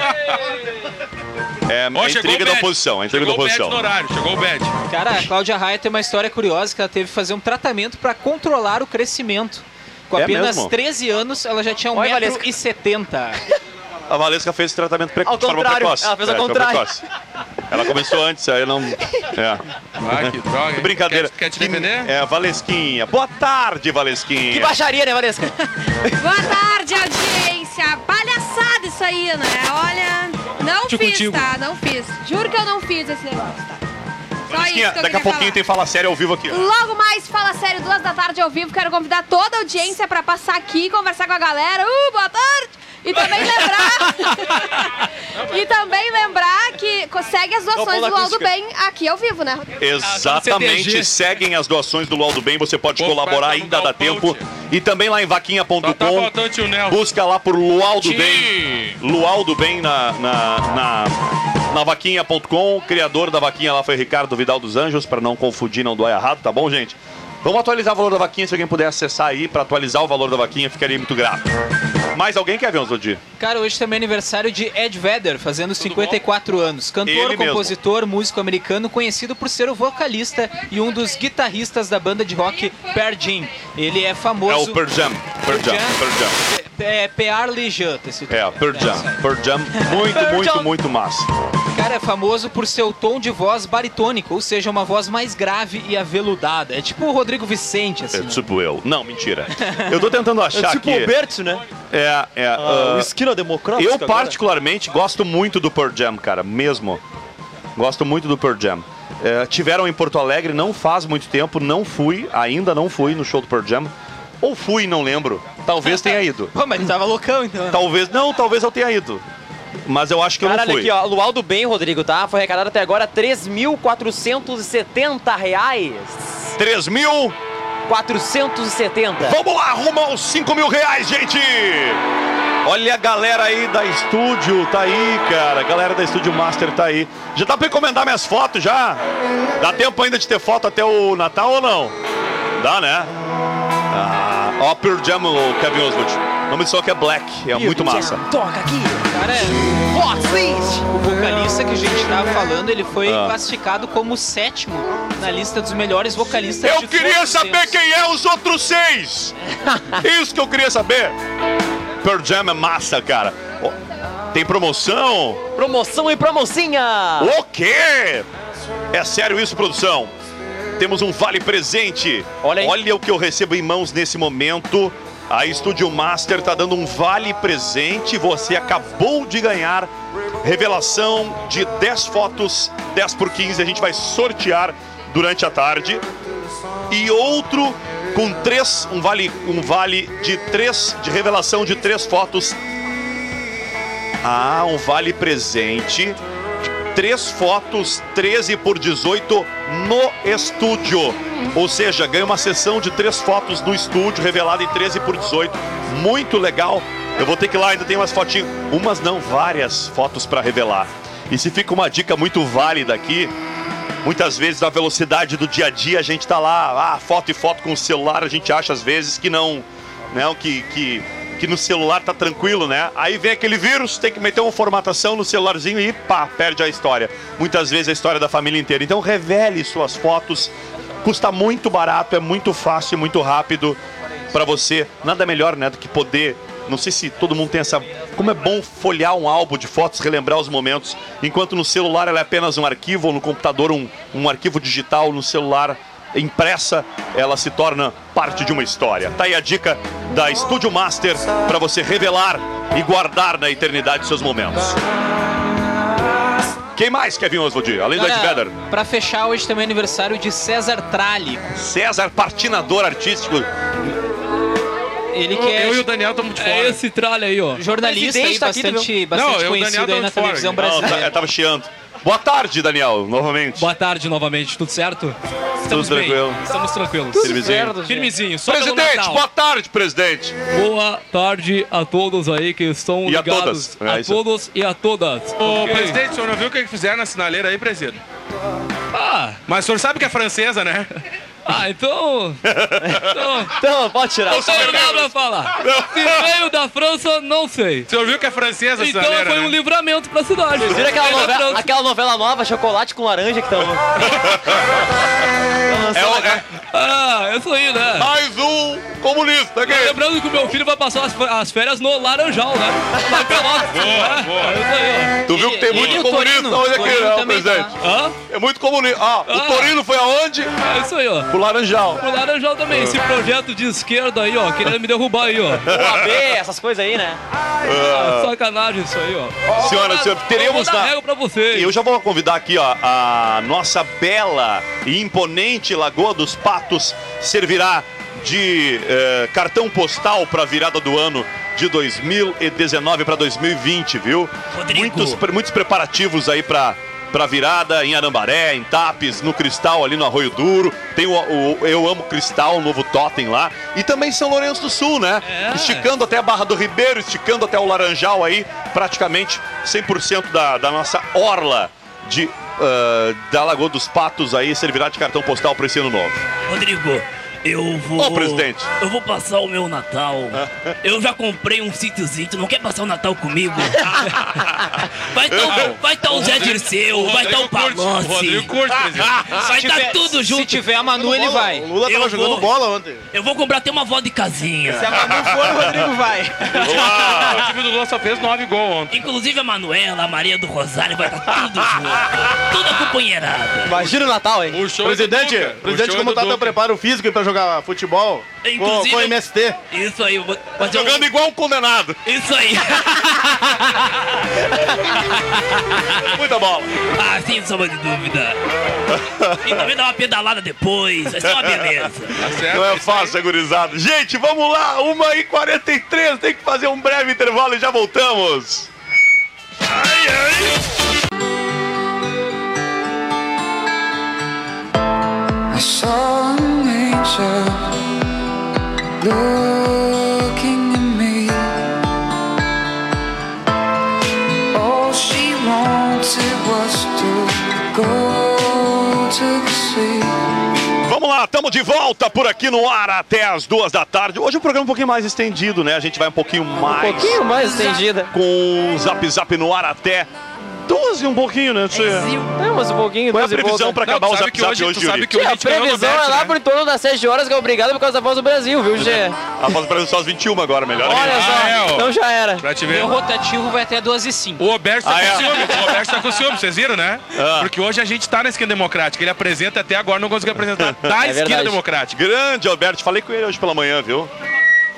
Speaker 11: É,
Speaker 13: Ó,
Speaker 11: a
Speaker 13: chegou
Speaker 11: intriga
Speaker 13: o
Speaker 11: da
Speaker 13: Bad.
Speaker 11: oposição, a intriga da oposição.
Speaker 13: chegou o bad. Cara, a Cláudia Raia tem uma história curiosa que ela teve que fazer um tratamento para controlar o crescimento. Com
Speaker 11: É
Speaker 13: apenas
Speaker 11: mesmo?
Speaker 13: 13 anos, ela já tinha 1,70m.
Speaker 11: A Valesca fez esse tratamento pre
Speaker 13: Ao
Speaker 11: de forma
Speaker 13: contrário,
Speaker 11: precoce.
Speaker 13: ela fez ao
Speaker 11: de forma
Speaker 13: contrário.
Speaker 11: precoce. Ela começou antes, aí não. É.
Speaker 12: Ah, que droga, hein?
Speaker 11: Brincadeira.
Speaker 12: Quer te defender?
Speaker 11: É, Valesquinha. Boa tarde, Valesquinha.
Speaker 16: Que baixaria, né, Valesca?
Speaker 2: Boa tarde, audiência. Palhaçada isso aí, né? Olha, não
Speaker 11: Tio
Speaker 2: fiz,
Speaker 11: contigo.
Speaker 2: tá? Não fiz. Juro que eu não fiz esse negócio, tá? Só isso que
Speaker 11: Valesquinha,
Speaker 2: eu
Speaker 11: daqui
Speaker 2: queria
Speaker 11: a pouquinho
Speaker 2: falar.
Speaker 11: tem Fala Sério ao vivo aqui.
Speaker 13: Ah,
Speaker 2: Logo mais, Fala Sério, duas da tarde ao vivo. Quero convidar toda a audiência pra passar aqui e conversar com a galera. Uh, boa tarde! E também lembrar... e também lembrar que segue as
Speaker 11: Não,
Speaker 2: doações do
Speaker 11: Paula
Speaker 2: Aldo
Speaker 11: Acústica.
Speaker 2: Bem aqui ao vivo, né?
Speaker 11: Exatamente, seguem as doações do Luau do Bem, você pode colaborar, ainda dá tempo. E também lá em vaquinha.com,
Speaker 12: Tá,
Speaker 11: busca lá por Luau do Bem, Luau do Bem na, na, na, na vaquinha.com, o criador da vaquinha lá foi Ricardo Vidal dos Anjos, para não confundir, não doar errado, tá bom, gente? Vamos atualizar o valor da vaquinha, se alguém puder acessar aí para atualizar o valor da vaquinha, ficaria muito grato. Mais alguém quer ver um Zodir?
Speaker 13: Cara, hoje também é aniversário de Ed Vedder, fazendo 54 anos. Cantor,
Speaker 11: Ele mesmo.
Speaker 13: compositor, músico americano, conhecido por ser o vocalista e um dos guitarristas da banda de rock Pearl Jam. Ele é
Speaker 11: É
Speaker 13: famoso...
Speaker 11: o Per Jam, Per Jam, Per Jam.
Speaker 13: É Pearl Jam, tá escrito.
Speaker 11: É, Per Jam, Per Jam, muito, muito, muito massa.
Speaker 13: Cara, é famoso por seu tom de voz baritônico, ou seja, uma voz mais grave e aveludada. É tipo o Rodrigo Vicente, assim.
Speaker 11: É tipo eu. Não, mentira. Eu tô tentando achar aqui.
Speaker 13: né?
Speaker 11: É, é.
Speaker 13: Ah,
Speaker 11: ah,
Speaker 13: o Esquina Democrática
Speaker 11: Eu
Speaker 13: agora.
Speaker 11: particularmente gosto muito do Pearl Jam, cara, mesmo. Gosto muito do Pearl Jam. É, tiveram em Porto Alegre não faz muito tempo, não fui, ainda não fui no show do Pearl Jam. Ou fui, não lembro. Talvez tenha ido.
Speaker 13: Pô, mas tava loucão então.
Speaker 11: Talvez, não, talvez eu tenha ido. Mas eu acho que eu
Speaker 16: Caralho,
Speaker 11: não fui.
Speaker 16: aqui, ó. Luau do Bem, Rodrigo, tá? Foi arrecadado até agora 3.470 reais.
Speaker 11: 3 mil?
Speaker 16: 470.
Speaker 11: Vamos lá, rumo aos 5 mil reais, gente! Olha a galera aí da estúdio, tá aí, cara. A galera da Estúdio Master tá aí. Já dá pra encomendar minhas fotos já? Dá tempo ainda de ter foto até o Natal ou não? Dá, né? Ah, ó, Pearl Jam, o Kevin Oswald. O nome do som aqui é Black, é muito massa.
Speaker 13: Toca aqui. Cara, o vocalista que a gente tava falando, ele foi
Speaker 11: Ah.
Speaker 13: classificado como o sétimo na lista dos melhores vocalistas
Speaker 11: Eu
Speaker 13: de
Speaker 11: queria
Speaker 13: todos os
Speaker 11: saber
Speaker 13: tempos.
Speaker 11: quem é os outros seis! Isso que eu queria saber! Pearl Jam é massa, cara. Ó, tem promoção?
Speaker 16: Promoção e promocinha!
Speaker 11: O quê? É sério isso, produção? Temos um vale presente. Olha, o que eu recebo em mãos nesse momento. A Studio Master tá dando um vale presente. Você acabou de ganhar revelação de 10 fotos, 10 por 15. A gente vai sortear durante a tarde. E outro com três, um vale, um vale de três, de revelação de três fotos ah, um vale presente. Três fotos, 13 por 18 no estúdio. Ou seja, ganha uma sessão de três fotos no estúdio, revelada em 13 por 18. Muito legal. Eu vou ter que ir lá, ainda tem umas fotinhas. Umas não, várias fotos para revelar. E se fica uma dica muito válida aqui, muitas vezes na velocidade do dia a dia a gente tá lá, ah, foto e foto com o celular, a gente acha às vezes que não, não que, que, que no celular tá tranquilo, né? Aí vem aquele vírus, tem que meter uma formatação no celularzinho e pá, perde a história. Muitas vezes a história da família inteira. Então revele suas fotos, custa muito barato, é muito fácil, muito rápido para você. Nada melhor, né, do que poder. Não sei se todo mundo tem essa. Como é bom folhear um álbum de fotos, relembrar os momentos, enquanto no celular ela é apenas um arquivo, ou no computador um, um arquivo digital, no celular impressa, ela se torna parte de uma história. Tá aí a dica da Studio Master para você revelar e guardar na eternidade seus momentos. Quem mais, Kevin Oswald? Além do Ed
Speaker 16: É.
Speaker 13: Galera,
Speaker 11: Vedder?
Speaker 13: Pra fechar, hoje também é aniversário de César Tralli.
Speaker 11: César, patinador artístico.
Speaker 13: Ele que é...
Speaker 12: Eu e o Daniel estamos de fora. É
Speaker 13: esse Tralli aí, ó. Jornalista aí,
Speaker 12: Presidente tá aqui, tu
Speaker 13: bastante,
Speaker 12: viu?
Speaker 13: bastante
Speaker 12: Não, eu e o Daniel
Speaker 13: conhecido aí
Speaker 12: tamo
Speaker 13: na
Speaker 12: de fora, tá-
Speaker 13: televisão
Speaker 12: gente.
Speaker 13: brasileira.
Speaker 11: eu tá, é, tava chiando. Boa tarde, Daniel, novamente.
Speaker 19: Boa tarde novamente, tudo certo? Estamos
Speaker 11: Tudo
Speaker 19: bem,
Speaker 11: tranquilo.
Speaker 19: Estamos tranquilos.
Speaker 11: Tudo Firmezinho. certo, gente.
Speaker 19: Firmezinho, só pelo
Speaker 11: Presidente,
Speaker 19: Natal.
Speaker 11: boa tarde, presidente.
Speaker 19: Boa tarde a todos aí que estão
Speaker 11: E a
Speaker 19: ligados.
Speaker 11: todas, é
Speaker 19: a
Speaker 11: isso.
Speaker 19: todos e a todas.
Speaker 12: Ô,
Speaker 19: Ok?
Speaker 12: presidente, o senhor não viu o
Speaker 15: é
Speaker 12: que que fizeram na sinaleira aí, presidente?
Speaker 19: Ah,
Speaker 12: Mas o senhor sabe que é francesa, né?
Speaker 19: ah, então. Então,
Speaker 16: pode tirar.
Speaker 19: Não tenho nada pra falar. Se veio da França, não sei. O
Speaker 12: senhor viu que é francesa essa
Speaker 19: Então
Speaker 12: galera,
Speaker 19: foi um
Speaker 12: né?
Speaker 19: livramento pra cidade.
Speaker 16: Tá Vocês viram aquela
Speaker 19: Veio da
Speaker 16: novela,
Speaker 19: França.
Speaker 16: aquela novela nova, Chocolate com Laranja, que estão...
Speaker 11: É
Speaker 19: Ah, isso aí, né?
Speaker 11: Mais um comunista
Speaker 16: é.
Speaker 11: aqui.
Speaker 19: Lembrando que o meu filho vai passar as fe- as férias no Laranjal, né? Vai Pelotas. né? É isso aí, ó.
Speaker 11: Tu viu que tem
Speaker 19: E-
Speaker 11: muito
Speaker 19: e o
Speaker 11: comunista
Speaker 19: Torino?
Speaker 11: hoje
Speaker 19: O
Speaker 11: aqui,
Speaker 19: Torino
Speaker 11: né,
Speaker 19: também tá.
Speaker 11: presidente?
Speaker 19: Hã?
Speaker 11: É muito comunista. Ah,
Speaker 19: Ah.
Speaker 11: o Torino foi aonde?
Speaker 19: É isso aí, ó.
Speaker 11: Pro Laranjal.
Speaker 19: O Laranjal também,
Speaker 12: Ah.
Speaker 19: esse projeto de esquerda aí, ó, querendo me derrubar aí, ó.
Speaker 16: OAB, essas coisas aí, né?
Speaker 12: Tá
Speaker 19: Ah, sacanagem isso aí, ó.
Speaker 11: Senhoras e senhores, teremos
Speaker 19: na...
Speaker 11: na-
Speaker 19: régua pra vocês.
Speaker 11: E eu já vou convidar aqui, ó, a nossa bela e imponente Lagoa dos Patos servirá de eh, cartão postal para a virada do ano de 2019 para 2020, viu? Muitos, pre- muitos preparativos aí para para virada em Arambaré, em Tapes, no Cristal ali no Arroio Duro. Tem o, o Eu Amo Cristal, o novo totem lá. E também São Lourenço do Sul, né?
Speaker 3: É.
Speaker 11: Esticando até a Barra do Ribeiro, esticando até o Laranjal aí, praticamente 100% da, da nossa orla de ah, da Lagoa dos Patos aí servirá de cartão postal para esse ano novo.
Speaker 3: Rodrigo, eu vou.
Speaker 11: Ô, presidente.
Speaker 3: Eu vou passar o meu Natal. Eu já comprei um sítiozinho, tu não quer passar o Natal comigo? Vai estar o, vai tá o Zé Dirceu, vai estar o Palocci.
Speaker 11: Ah,
Speaker 3: Vai
Speaker 13: Se
Speaker 3: estar
Speaker 13: tiver-
Speaker 3: tudo junto.
Speaker 13: Se tiver a Manu, ele vai.
Speaker 3: Eu vou- Eu vou comprar até uma vodkazinha.
Speaker 13: Se a Manu for, o Rodrigo
Speaker 3: vai.
Speaker 12: Ah, O time do Lula só fez 9 gols ontem.
Speaker 3: Inclusive a Manuela, a Maria do Rosário, vai estar tudo junto. Toda companheirada.
Speaker 16: Imagina o Natal, hein?
Speaker 11: é
Speaker 14: presidente, presidente, como tá teu preparo físico aí pra jogar futebol?
Speaker 3: Inclusive-
Speaker 14: com, com MST.
Speaker 16: Um
Speaker 3: Isso aí, eu vou fazer um-
Speaker 14: Jogando
Speaker 11: igual um condenado.
Speaker 3: Isso aí.
Speaker 11: Muita bola.
Speaker 3: Ah, sem sombra de dúvida. E também dá uma pedalada depois. Vai ser uma beleza.
Speaker 11: Não é fácil, gurizada. Gente, vamos lá, 1h43, tem que fazer um breve intervalo e já voltamos.
Speaker 22: I saw an angel looking at me. All she wanted was to go to the sea.
Speaker 11: Vamos lá, estamos de volta por aqui no ar até as duas da tarde. Hoje o programa é um pouquinho mais estendido, né? A gente vai um pouquinho mais. Um
Speaker 16: pouquinho mais estendida.
Speaker 11: Com o zap zap no ar até 12, um pouquinho, né? Tchê?
Speaker 16: É, mas um pouquinho.
Speaker 11: Qual é a
Speaker 16: doze e
Speaker 11: previsão
Speaker 16: pouca.
Speaker 11: pra acabar Não, tu o sabe Zap que Zap hoje- hoje, tu sabe Yuri? que hoje
Speaker 16: a
Speaker 11: a gente ganhou
Speaker 16: previsão
Speaker 11: do
Speaker 16: é
Speaker 11: Bet,
Speaker 16: lá
Speaker 11: né?
Speaker 16: por em torno das 7 horas, que é obrigado por causa da voz do Brasil, viu, Gê?
Speaker 11: A voz do Brasil só às 21 agora, melhor
Speaker 16: Olha
Speaker 11: ainda.
Speaker 16: só, então já era.
Speaker 12: Pra te ver.
Speaker 13: Meu rotativo vai até 12 h 5
Speaker 12: O Oberto tá
Speaker 13: Ah, é?
Speaker 12: com ciúme, o Oberto tá com ciúme, vocês viram, né? Porque hoje a gente tá na esquina democrática. Ele apresenta até agora, não conseguiu apresentar da esquina democrática.
Speaker 11: Grande, Alberto. Falei com ele hoje pela manhã, viu?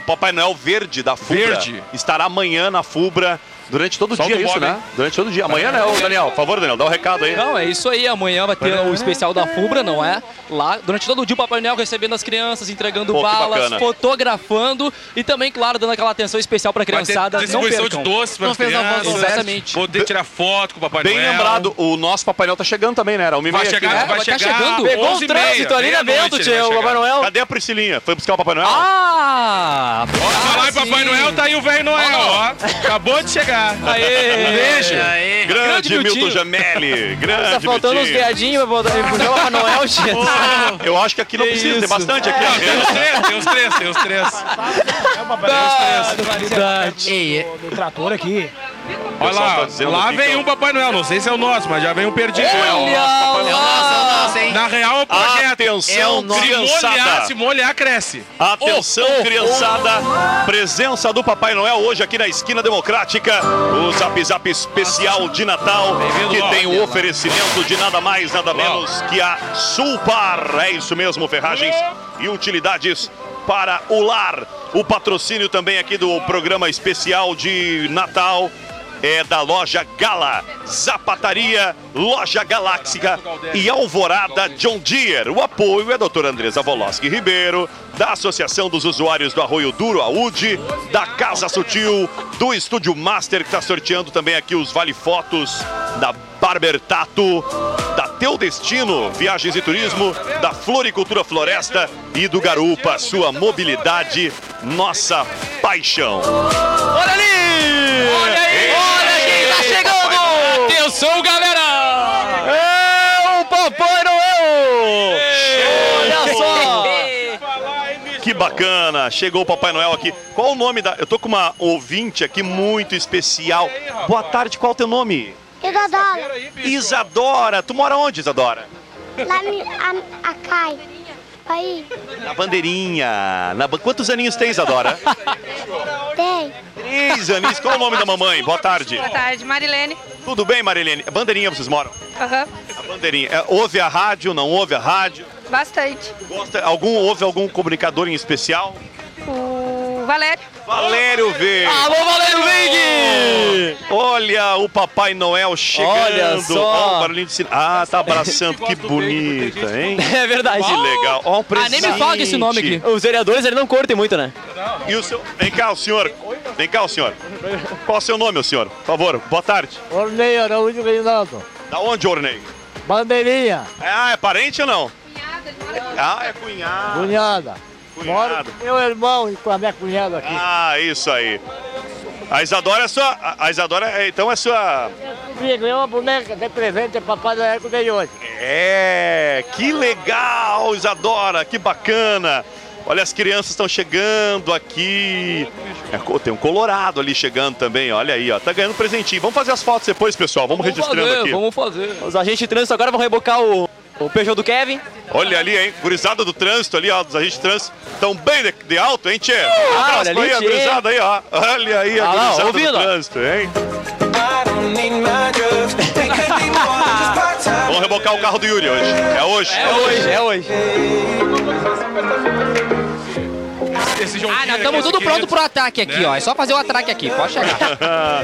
Speaker 11: O Papai Noel Verde da FUBRA
Speaker 12: Verde.
Speaker 11: estará amanhã na FUBRA durante todo o
Speaker 12: Solta
Speaker 11: dia,
Speaker 12: o
Speaker 11: isso,
Speaker 12: Bob,
Speaker 11: né?
Speaker 12: hein?
Speaker 11: Durante todo o dia. Amanhã, né, ô, Daniel? Por favor, Daniel, dá o recado aí.
Speaker 19: Não, é isso aí. Amanhã vai ter o especial da Fubra, não é? Lá, durante todo o dia, o Papai Noel recebendo as crianças, entregando
Speaker 11: Pô, que
Speaker 19: balas,
Speaker 11: bacana.
Speaker 19: fotografando e também, claro, dando aquela atenção especial pra
Speaker 12: Vai ter
Speaker 19: criançada. Não
Speaker 12: distribuição
Speaker 19: percam.
Speaker 12: de doces para
Speaker 19: Não
Speaker 12: as
Speaker 19: fez a
Speaker 12: crianças.
Speaker 19: volta, Exatamente.
Speaker 12: Vou ter que tirar foto com o Papai
Speaker 11: Bem
Speaker 12: Noel.
Speaker 11: lembrado, o nosso Papai Noel tá chegando também, né? Era uma e
Speaker 12: é, Vai
Speaker 11: meia
Speaker 12: chegar,
Speaker 19: É,
Speaker 11: aqui, né?
Speaker 12: vai Vai tá chegar chegando.
Speaker 11: Pegou o
Speaker 12: 11 e meia,
Speaker 11: trânsito
Speaker 19: né,
Speaker 11: ali na
Speaker 12: meia-noite
Speaker 11: dentro,
Speaker 12: ele vai
Speaker 11: tio, o
Speaker 12: chegar. Ah,
Speaker 11: Papai Noel. Cadê a Priscilinha? Foi buscar o Papai Noel?
Speaker 16: Ah!
Speaker 11: Olha lá, Papai Noel.
Speaker 12: Noel tá aí, o velho Noel, ó. Acabou de chegar.
Speaker 11: Um beijo.
Speaker 12: Aê.
Speaker 11: Grande,
Speaker 12: Grande
Speaker 11: Milton
Speaker 12: Miltinho.
Speaker 11: Jamelli. Grande
Speaker 16: Tá faltando uns
Speaker 11: Miltinho.
Speaker 16: viadinhos pra botar pra jogar o Papai Noel, gente.
Speaker 11: Eu acho que aqui não precisa, tem bastante
Speaker 12: É,
Speaker 11: aqui.
Speaker 12: Tem os três, tem os três.
Speaker 15: Ei, do trator aqui.
Speaker 12: Olha
Speaker 11: pessoal
Speaker 12: lá,
Speaker 11: tá dizendo
Speaker 12: lá
Speaker 11: aqui
Speaker 12: vem
Speaker 11: que é
Speaker 12: um Papai Noel, não sei se é o nosso, mas já vem um perdido.
Speaker 11: Olha
Speaker 12: É, ó, Papai Noel. Na real, o projeto.
Speaker 11: Atenção,
Speaker 12: Se molhar,
Speaker 11: criançada.
Speaker 12: se molhar, cresce.
Speaker 11: Atenção, criançada. Presença do Papai Noel hoje aqui na Esquina Democrática. O Zap Zap especial de Natal, que
Speaker 12: ó.
Speaker 11: tem o oferecimento de nada mais, nada menos que a Sulpar. É isso mesmo, ferragens e utilidades para o lar. O patrocínio também aqui do programa especial de Natal é da loja Gala, Zapataria, Loja Galáxica e Alvorada John Deere. O apoio é a doutora Andresa Voloski Ribeiro, da Associação dos Usuários do Arroio Duro, a UD, da Casa Sutil, do Estúdio Master, que está sorteando também aqui os Vale Fotos, da Barber Tato, da Teu Destino, Viagens e Turismo, da Floricultura Floresta e do Garupa, sua mobilidade, nossa paixão.
Speaker 7: Olha ali! Olha aí! Olha quem tá chegando! Atenção, galera! É o Papai Noel! Olha só!
Speaker 11: Que bacana, chegou o Papai Noel aqui. Qual o nome da. Eu tô com uma ouvinte aqui muito especial. Boa tarde, qual o teu nome?
Speaker 6: Isadora,
Speaker 11: Isadora. Tu mora onde, Isadora?
Speaker 6: lá me, a, a Kai. Aí,
Speaker 11: Na bandeirinha. Na... Ba- Quantos aninhos tem, Isadora?
Speaker 6: tem.
Speaker 11: Três aninhos. Qual o nome da mamãe? Boa tarde.
Speaker 8: Boa tarde, Marilene.
Speaker 11: Tudo bem, Marilene? Bandeirinha vocês moram?
Speaker 8: Aham,
Speaker 11: A bandeirinha. É, ouve a rádio, não ouve a rádio?
Speaker 8: bastante.
Speaker 11: Gosta- Algum, ouve algum comunicador em especial?
Speaker 8: O Valério.
Speaker 11: Valério Veiga!
Speaker 8: Alô, Valério
Speaker 11: Veiga! Olha o Papai Noel chegando.
Speaker 16: Olha só.
Speaker 11: Ó, o barulhinho de sino. Ah, tá abraçando. Que bonita, hein?
Speaker 16: É verdade.
Speaker 11: Que legal. Ó, um
Speaker 16: Ah, nem me fala desse nome aqui.
Speaker 11: presente.
Speaker 16: Os vereadores, eles não curtem muito, né?
Speaker 11: E o seu... Vem cá, o senhor. Vem cá, o senhor. Qual o seu nome, o senhor? Por favor, boa tarde.
Speaker 23: Ornei Araújo Reinaldo.
Speaker 11: Da onde, Ornei?
Speaker 23: Bandeirinha,
Speaker 11: Ah, é parente ou não? Ah, é cunhado.
Speaker 23: cunhada.
Speaker 11: Cunhado.
Speaker 23: Meu irmão e com a minha cunhada aqui.
Speaker 11: Ah, isso aí. A Isadora é sua... a- A Isadora, é, então, é sua...
Speaker 23: Comigo, é uma boneca de presente, papai da Eco dei hoje.
Speaker 11: É, que legal, Isadora, que bacana. Olha, as crianças estão chegando aqui. É, co- tem um colorado ali chegando também, olha aí, ó. Tá ganhando presentinho. Vamos fazer as fotos depois, pessoal. Vamos, registrando aqui.
Speaker 16: fazer. Os agentes de trânsito agora vão rebocar o, o Peugeot do Kevin.
Speaker 11: Olha ali, hein? Gurizada do trânsito ali, ó. Dos agentes de trânsito. Estão bem de, de alto, hein, Tchê? Um abraço
Speaker 16: Ah, olha
Speaker 11: pra aí,
Speaker 16: ali,
Speaker 11: a
Speaker 16: Tchê.
Speaker 11: gurizada aí, ó. Olha aí, a
Speaker 16: Ah lá, ó,
Speaker 11: gurizada
Speaker 16: ouvindo,
Speaker 11: do
Speaker 16: ó.
Speaker 11: trânsito, hein? Vamos rebocar o carro do Yuri hoje. É hoje. É hoje, é hoje.
Speaker 24: Ah,
Speaker 12: é
Speaker 24: nós estamos tudo pronto pro ataque aqui, ó. É só fazer o ataque aqui, pode chegar.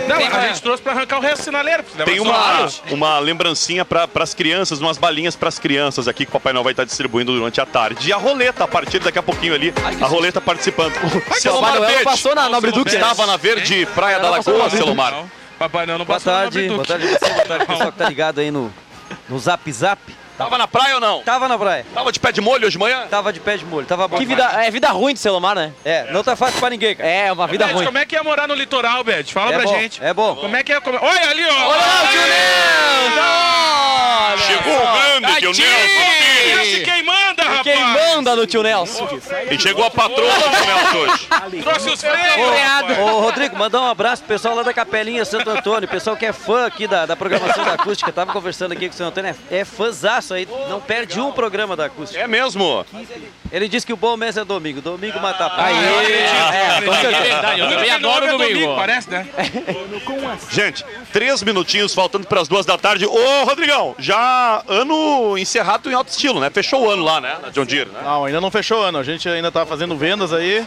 Speaker 12: Não, a gente trouxe pra arrancar o resto do sinaleiro. porque
Speaker 11: Tem
Speaker 12: leva
Speaker 16: É
Speaker 11: uma,
Speaker 12: só-
Speaker 11: uma lembrancinha para as crianças, umas balinhas para as crianças aqui que o Papai Noel vai estar distribuindo durante a tarde. E a roleta, a partir daqui a pouquinho ali, a roleta participando. O Selomar
Speaker 16: Papai Noel
Speaker 11: Verde
Speaker 16: passou é um na Nobre Duque, né?
Speaker 11: estava na Verde, Praia da
Speaker 16: Não passou
Speaker 11: Lagoa,
Speaker 16: na Nobre
Speaker 11: Selomar.
Speaker 16: Duque.
Speaker 12: Papai Noel não
Speaker 25: Boa
Speaker 12: passou
Speaker 25: tarde,
Speaker 12: no
Speaker 25: boa
Speaker 12: Abduque.
Speaker 25: tarde a você, boa tarde pessoal que tá ligado aí no, no Zap Zap.
Speaker 11: Tava na praia ou não?
Speaker 25: Tava na praia.
Speaker 11: Tava de pé de molho hoje de manhã?
Speaker 25: Tava de pé de molho, tava bom. Que demais.
Speaker 16: vida- é vida ruim de celular, né?
Speaker 25: É, não tá fácil pra ninguém, cara.
Speaker 16: É, uma
Speaker 25: vida
Speaker 12: Beth,
Speaker 25: ruim.
Speaker 12: como é que é morar no litoral, Beth? Fala
Speaker 25: É
Speaker 12: pra
Speaker 25: bom,
Speaker 12: gente.
Speaker 25: É bom.
Speaker 12: Como é que é? Como... Olha ali, ó.
Speaker 25: Olha lá,
Speaker 12: o tio
Speaker 25: Nelson!
Speaker 11: Chegou o grande, tio Nelson.
Speaker 12: Quem manda, rapaz?
Speaker 16: Quem manda no tio Nelson?
Speaker 11: E chegou a patroa do tio Nelson hoje.
Speaker 12: Trouxe os freios.
Speaker 25: Ô, ô, Rodrigo, mandar um abraço pro pessoal lá da Capelinha Santo Antônio, pessoal que é fã aqui da, da programação da acústica. Tava conversando aqui com o Santo Antônio, é, é fãzaço aí, não perde um programa da acústica.
Speaker 11: É mesmo?
Speaker 25: Ele disse que o bom mês é domingo, domingo mata a
Speaker 11: É,
Speaker 25: pau. com certeza.
Speaker 12: é Parece, né?
Speaker 11: Gente, três minutinhos faltando para as duas da tarde. Ô, Rodrigão, já ano encerrado em alto estilo, né? Fechou o ano lá, né? Na John Deere, né?
Speaker 14: Não, ainda não fechou o ano. A gente ainda tá fazendo vendas aí.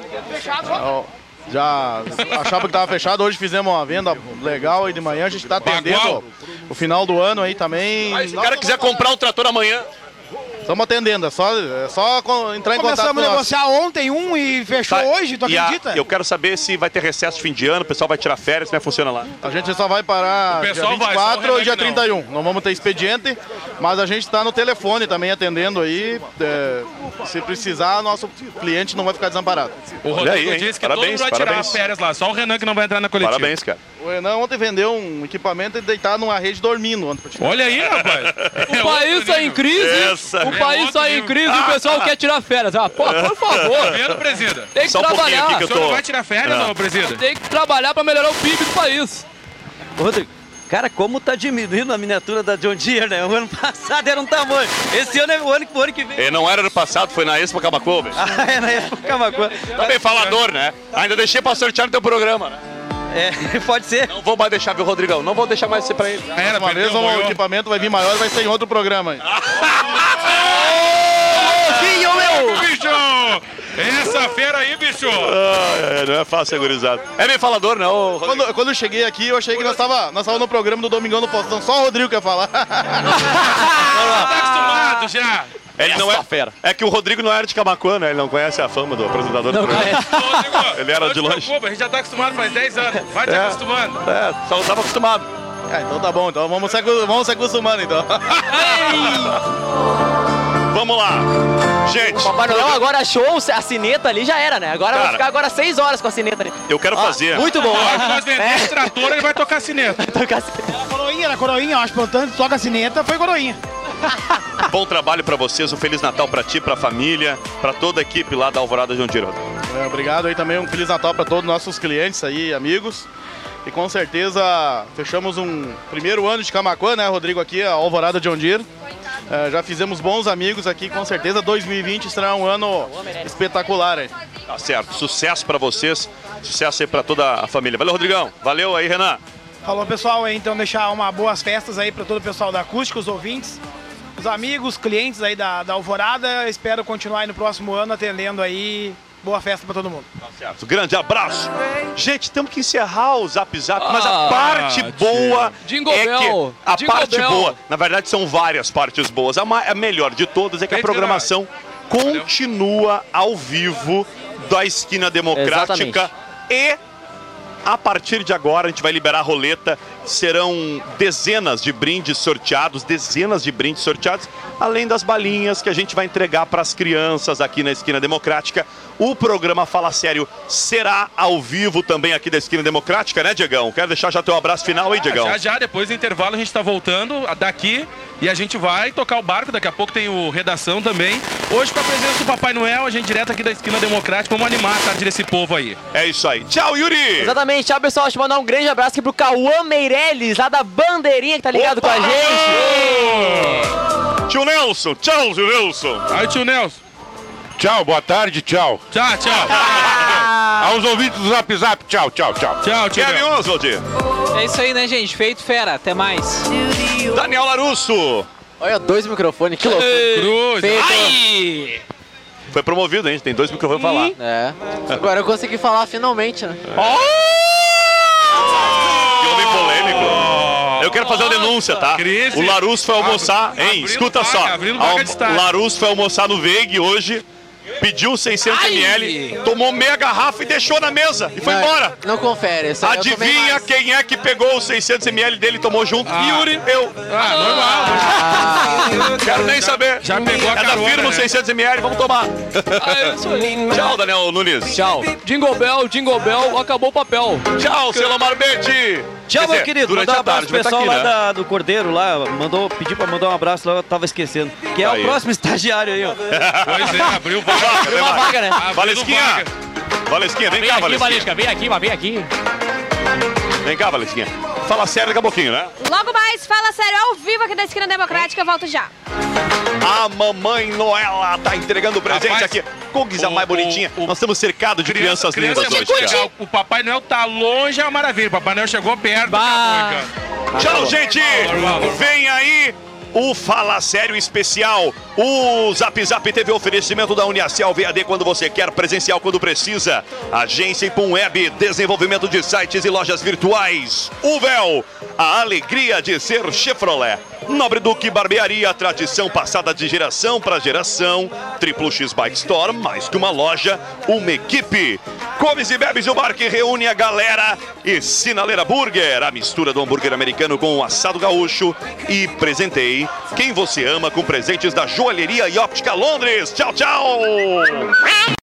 Speaker 14: Ó, Já achava que tava fechado, hoje fizemos uma venda legal aí de manhã, a gente tá atendendo ó, o final do ano aí também.
Speaker 11: Mas se o cara quiser comprar um trator amanhã,
Speaker 14: Estamos atendendo, é só, é só co- entrar em contato
Speaker 15: Começamos
Speaker 14: com
Speaker 15: a
Speaker 14: nós. Tá,
Speaker 15: negociar ontem um e fechou hoje, tu
Speaker 11: tá. E a-
Speaker 15: acredita?
Speaker 11: eu quero saber se vai ter recesso de fim de ano, o pessoal vai tirar férias, como é que funciona lá?
Speaker 14: A gente só vai parar
Speaker 11: O pessoal
Speaker 14: dia
Speaker 11: vai, só
Speaker 14: 24
Speaker 11: o
Speaker 14: ou dia
Speaker 11: Renato não.
Speaker 14: 31. Não. vamos ter expediente, mas a gente está no telefone também atendendo aí. é, se precisar, nosso cliente não vai ficar desamparado.
Speaker 12: O Rodrigo disse que todo mundo vai tirar férias lá, só o Renan que não vai entrar na coletiva.
Speaker 11: Parabéns, cara.
Speaker 14: O Renan ontem vendeu um equipamento e deitado numa rede dormindo ontem. pra te-
Speaker 12: Olha aí, rapaz. É
Speaker 19: O país
Speaker 25: tá
Speaker 19: é está em crise,
Speaker 14: Essa,
Speaker 19: o
Speaker 14: é
Speaker 19: país
Speaker 14: outro
Speaker 19: está em
Speaker 14: nível.
Speaker 19: crise e o pessoal quer tirar férias. Ah, pô, por favor.
Speaker 12: Primeiro, Tá presida.
Speaker 19: Tem que
Speaker 12: Só um pouquinho
Speaker 19: trabalhar.
Speaker 12: aqui que eu O senhor tô- não vai tirar férias,
Speaker 25: Ah. ô, presida?
Speaker 19: Tem que trabalhar para melhorar o PIB do país.
Speaker 25: Ô, Rodrigo, cara, como tá diminuindo a miniatura da John Deere, né? O ano passado era um tamanho. Esse ano é o ano, o ano que vem.
Speaker 11: E não era ano passado, foi na Expo Camacô, velho.
Speaker 25: Ah, é, né? Calma, co-
Speaker 11: Tá bem falador, né? Ainda deixei pra sortear no teu programa, né?
Speaker 25: É, pode ser.
Speaker 11: Não vou mais deixar, viu, Rodrigão? Não vou deixar mais ser pra ele.
Speaker 14: Era, uma vez o equipamento vai vir maior, vai ser em outro programa aí.
Speaker 12: Novinho, meu! bicho! Essa fera aí, bicho!
Speaker 11: Ah, é, não é fácil, segurizado. É bem falador, né? ô, Rodrigo?
Speaker 14: Quando, quando eu cheguei aqui, eu achei que nós tava, nós tava no programa do Domingão do Postão, só o Rodrigo quer falar.
Speaker 12: Acostumado já!
Speaker 11: Ele não é fera. É que o Rodrigo não era de Camacuã, né? Ele não conhece a fama do apresentador do programa. Ele era de longe.
Speaker 12: Desculpa, a gente já tá acostumado faz 10 anos. Vai te
Speaker 11: É.
Speaker 12: acostumando.
Speaker 11: É, só tava acostumado.
Speaker 14: Ah, então tá bom, então vamos se, acu- vamos se acostumando então.
Speaker 11: vamos lá. Gente.
Speaker 16: Papai Noel agora achou a sineta ali, já era, né? Agora vai
Speaker 11: Cara.
Speaker 16: ficar agora seis horas com a sineta ali.
Speaker 11: Eu quero
Speaker 16: Ó,
Speaker 11: fazer.
Speaker 16: Muito bom.
Speaker 12: Na hora que nós vendermos
Speaker 16: É.
Speaker 12: o trator, ele vai tocar cinema.
Speaker 15: Era coroinha, era coroinha, eu acho, portanto, só cassineta, foi coroinha.
Speaker 11: Bom trabalho pra vocês, um Feliz Natal pra ti, pra família, pra toda a equipe lá da Alvorada João Diroto.
Speaker 14: É, obrigado aí também, um Feliz Natal para todos os nossos clientes aí, amigos. E com certeza fechamos um primeiro ano de Camacuã, né, Rodrigo, aqui, a Alvorada de Ondir. É, já fizemos bons amigos aqui, com certeza 2020 será um ano espetacular. Hein?
Speaker 11: Tá certo, sucesso pra vocês, sucesso aí pra toda a família. Valeu, Rodrigão. Valeu aí, Renan.
Speaker 15: Falou, pessoal, aí, então deixar uma boas festas aí para todo o pessoal da Acústica, os ouvintes, os amigos, clientes aí da, da Alvorada. Espero continuar aí no próximo ano atendendo aí. Boa festa para todo mundo.
Speaker 11: Certo, grande abraço. Gente, temos que encerrar o Zap Zap, mas a
Speaker 15: Ah,
Speaker 11: parte
Speaker 15: tio.
Speaker 11: boa
Speaker 15: Jingle
Speaker 11: é
Speaker 15: Bell,
Speaker 11: que a
Speaker 15: Jingle
Speaker 11: parte
Speaker 15: Bell.
Speaker 11: boa, na verdade são várias partes boas. A, ma- a melhor de todas é que a programação continua ao vivo da Esquina Democrática e a partir de agora, a gente vai liberar a roleta. Serão dezenas de brindes sorteados, dezenas de brindes sorteados, além das balinhas que a gente vai entregar para as crianças aqui na Esquina Democrática. O programa Fala Sério será ao vivo também aqui da Esquina Democrática, né, Diegão? Quero deixar já teu abraço final aí, Diegão.
Speaker 12: Ah, Já, já, depois do intervalo a gente tá voltando daqui e a gente vai tocar o barco. Daqui a pouco tem o Redação também. Hoje com a presença do Papai Noel, a gente direto aqui da Esquina Democrática. Vamos animar a tarde desse povo aí.
Speaker 11: É isso aí. Tchau, Yuri!
Speaker 16: Exatamente, tchau pessoal, te mandar um grande abraço aqui pro Cauã Meirelles, lá da Bandeirinha, que tá ligado com a gente.
Speaker 11: Tio Nelson, tchau, tio Nelson.
Speaker 12: Aí, tio Nelson.
Speaker 4: Tchau, boa tarde, tchau.
Speaker 12: Tchau, tchau.
Speaker 4: Aos ouvintes do Zap Zap, tchau, tchau, tchau. um
Speaker 12: Tchau, tchau.
Speaker 11: Kevin Oswald,
Speaker 13: É isso aí, né, gente? Feito fera. Até mais.
Speaker 11: Daniel Larusso.
Speaker 7: Olha, dois microfones, que loucura.
Speaker 12: Cruz.
Speaker 7: Feito.
Speaker 11: Foi promovido, hein? Tem dois microfones pra falar.
Speaker 7: É. Agora eu consegui falar finalmente, né?
Speaker 11: Que homem polêmico. Eu quero fazer uma denúncia, tá?
Speaker 12: Oh! Crise.
Speaker 11: O Larusso foi almoçar,
Speaker 12: Abri-
Speaker 11: hein?
Speaker 12: abrindo
Speaker 11: Escuta
Speaker 12: vaga,
Speaker 11: só.
Speaker 12: abrindo vaga
Speaker 11: Almo-
Speaker 12: de estádio.
Speaker 11: O Larusso foi almoçar no Veig hoje, pediu 600 ml, tomou meia garrafa e deixou na mesa e foi
Speaker 7: Não,
Speaker 11: embora.
Speaker 7: Não confere. Só eu tomei
Speaker 11: Adivinha quem é que pegou os 600 ml dele e tomou junto? Yuri, eu.
Speaker 12: Ah, normal.
Speaker 11: Quero nem saber.
Speaker 12: Já pegou a
Speaker 11: É da
Speaker 12: carona,
Speaker 11: firma os
Speaker 12: né?
Speaker 11: 600 ml, vamos tomar. Tchau, Daniel Nunes.
Speaker 19: Tchau. Jingle Bell, Jingle Bell, acabou o papel.
Speaker 11: Tchau, seu Lomar Bete.
Speaker 25: Tchau, meu querido.
Speaker 11: Durante
Speaker 25: Mandar um
Speaker 11: a tarde,
Speaker 25: abraço pro
Speaker 11: vai estar
Speaker 25: pessoal
Speaker 11: aqui,
Speaker 25: lá
Speaker 11: né?
Speaker 25: da- do Cordeiro lá. Mandou, pediu pra mandar um abraço lá, eu tava esquecendo. Que é
Speaker 11: Aí.
Speaker 25: o próximo estagiário aí, ó.
Speaker 12: Pois é, abriu vaga.
Speaker 25: Abriu uma vaga, né?
Speaker 12: Abriu
Speaker 25: Valesquinha.
Speaker 12: vaga.
Speaker 11: Valesquinha, vem,
Speaker 25: Vem
Speaker 11: cá,
Speaker 25: aqui,
Speaker 11: Valesquinha.
Speaker 25: Valesca,
Speaker 19: vem aqui, vem aqui.
Speaker 11: Vem cá, Valesquinha. Fala sério daqui a pouquinho, né?
Speaker 2: Logo mais, fala sério ao vivo aqui da Esquina Democrática, eu volto já.
Speaker 11: A mamãe Noela tá entregando presente
Speaker 12: Rapaz,
Speaker 11: aqui. Coisa mais bonitinha. Nós estamos cercados de crianças
Speaker 12: Criança é
Speaker 11: lindas hoje.
Speaker 12: cuti,
Speaker 11: cara.
Speaker 12: cuti. O Papai Noel tá longe, é uma maravilha. O Papai Noel chegou perto. Bah.
Speaker 11: Tchau, gente! Vem aí o Fala Sério Especial. O Zap Zap teve oferecimento da Uniacel VAD quando você quer, presencial quando precisa. Agência Ipum Web, desenvolvimento de sites e lojas virtuais. Uvel, a alegria de ser Chevrolet. Nobre Duque Barbearia, tradição passada de geração para geração. Triplo X Bike Store, mais que uma loja, uma equipe. Comes e bebes e o bar que reúne a galera. E Sinaleira Burger, a mistura do hambúrguer americano com o assado gaúcho. E presentei quem você ama com presentes da Joalheria e Óptica Londres. Tchau, tchau!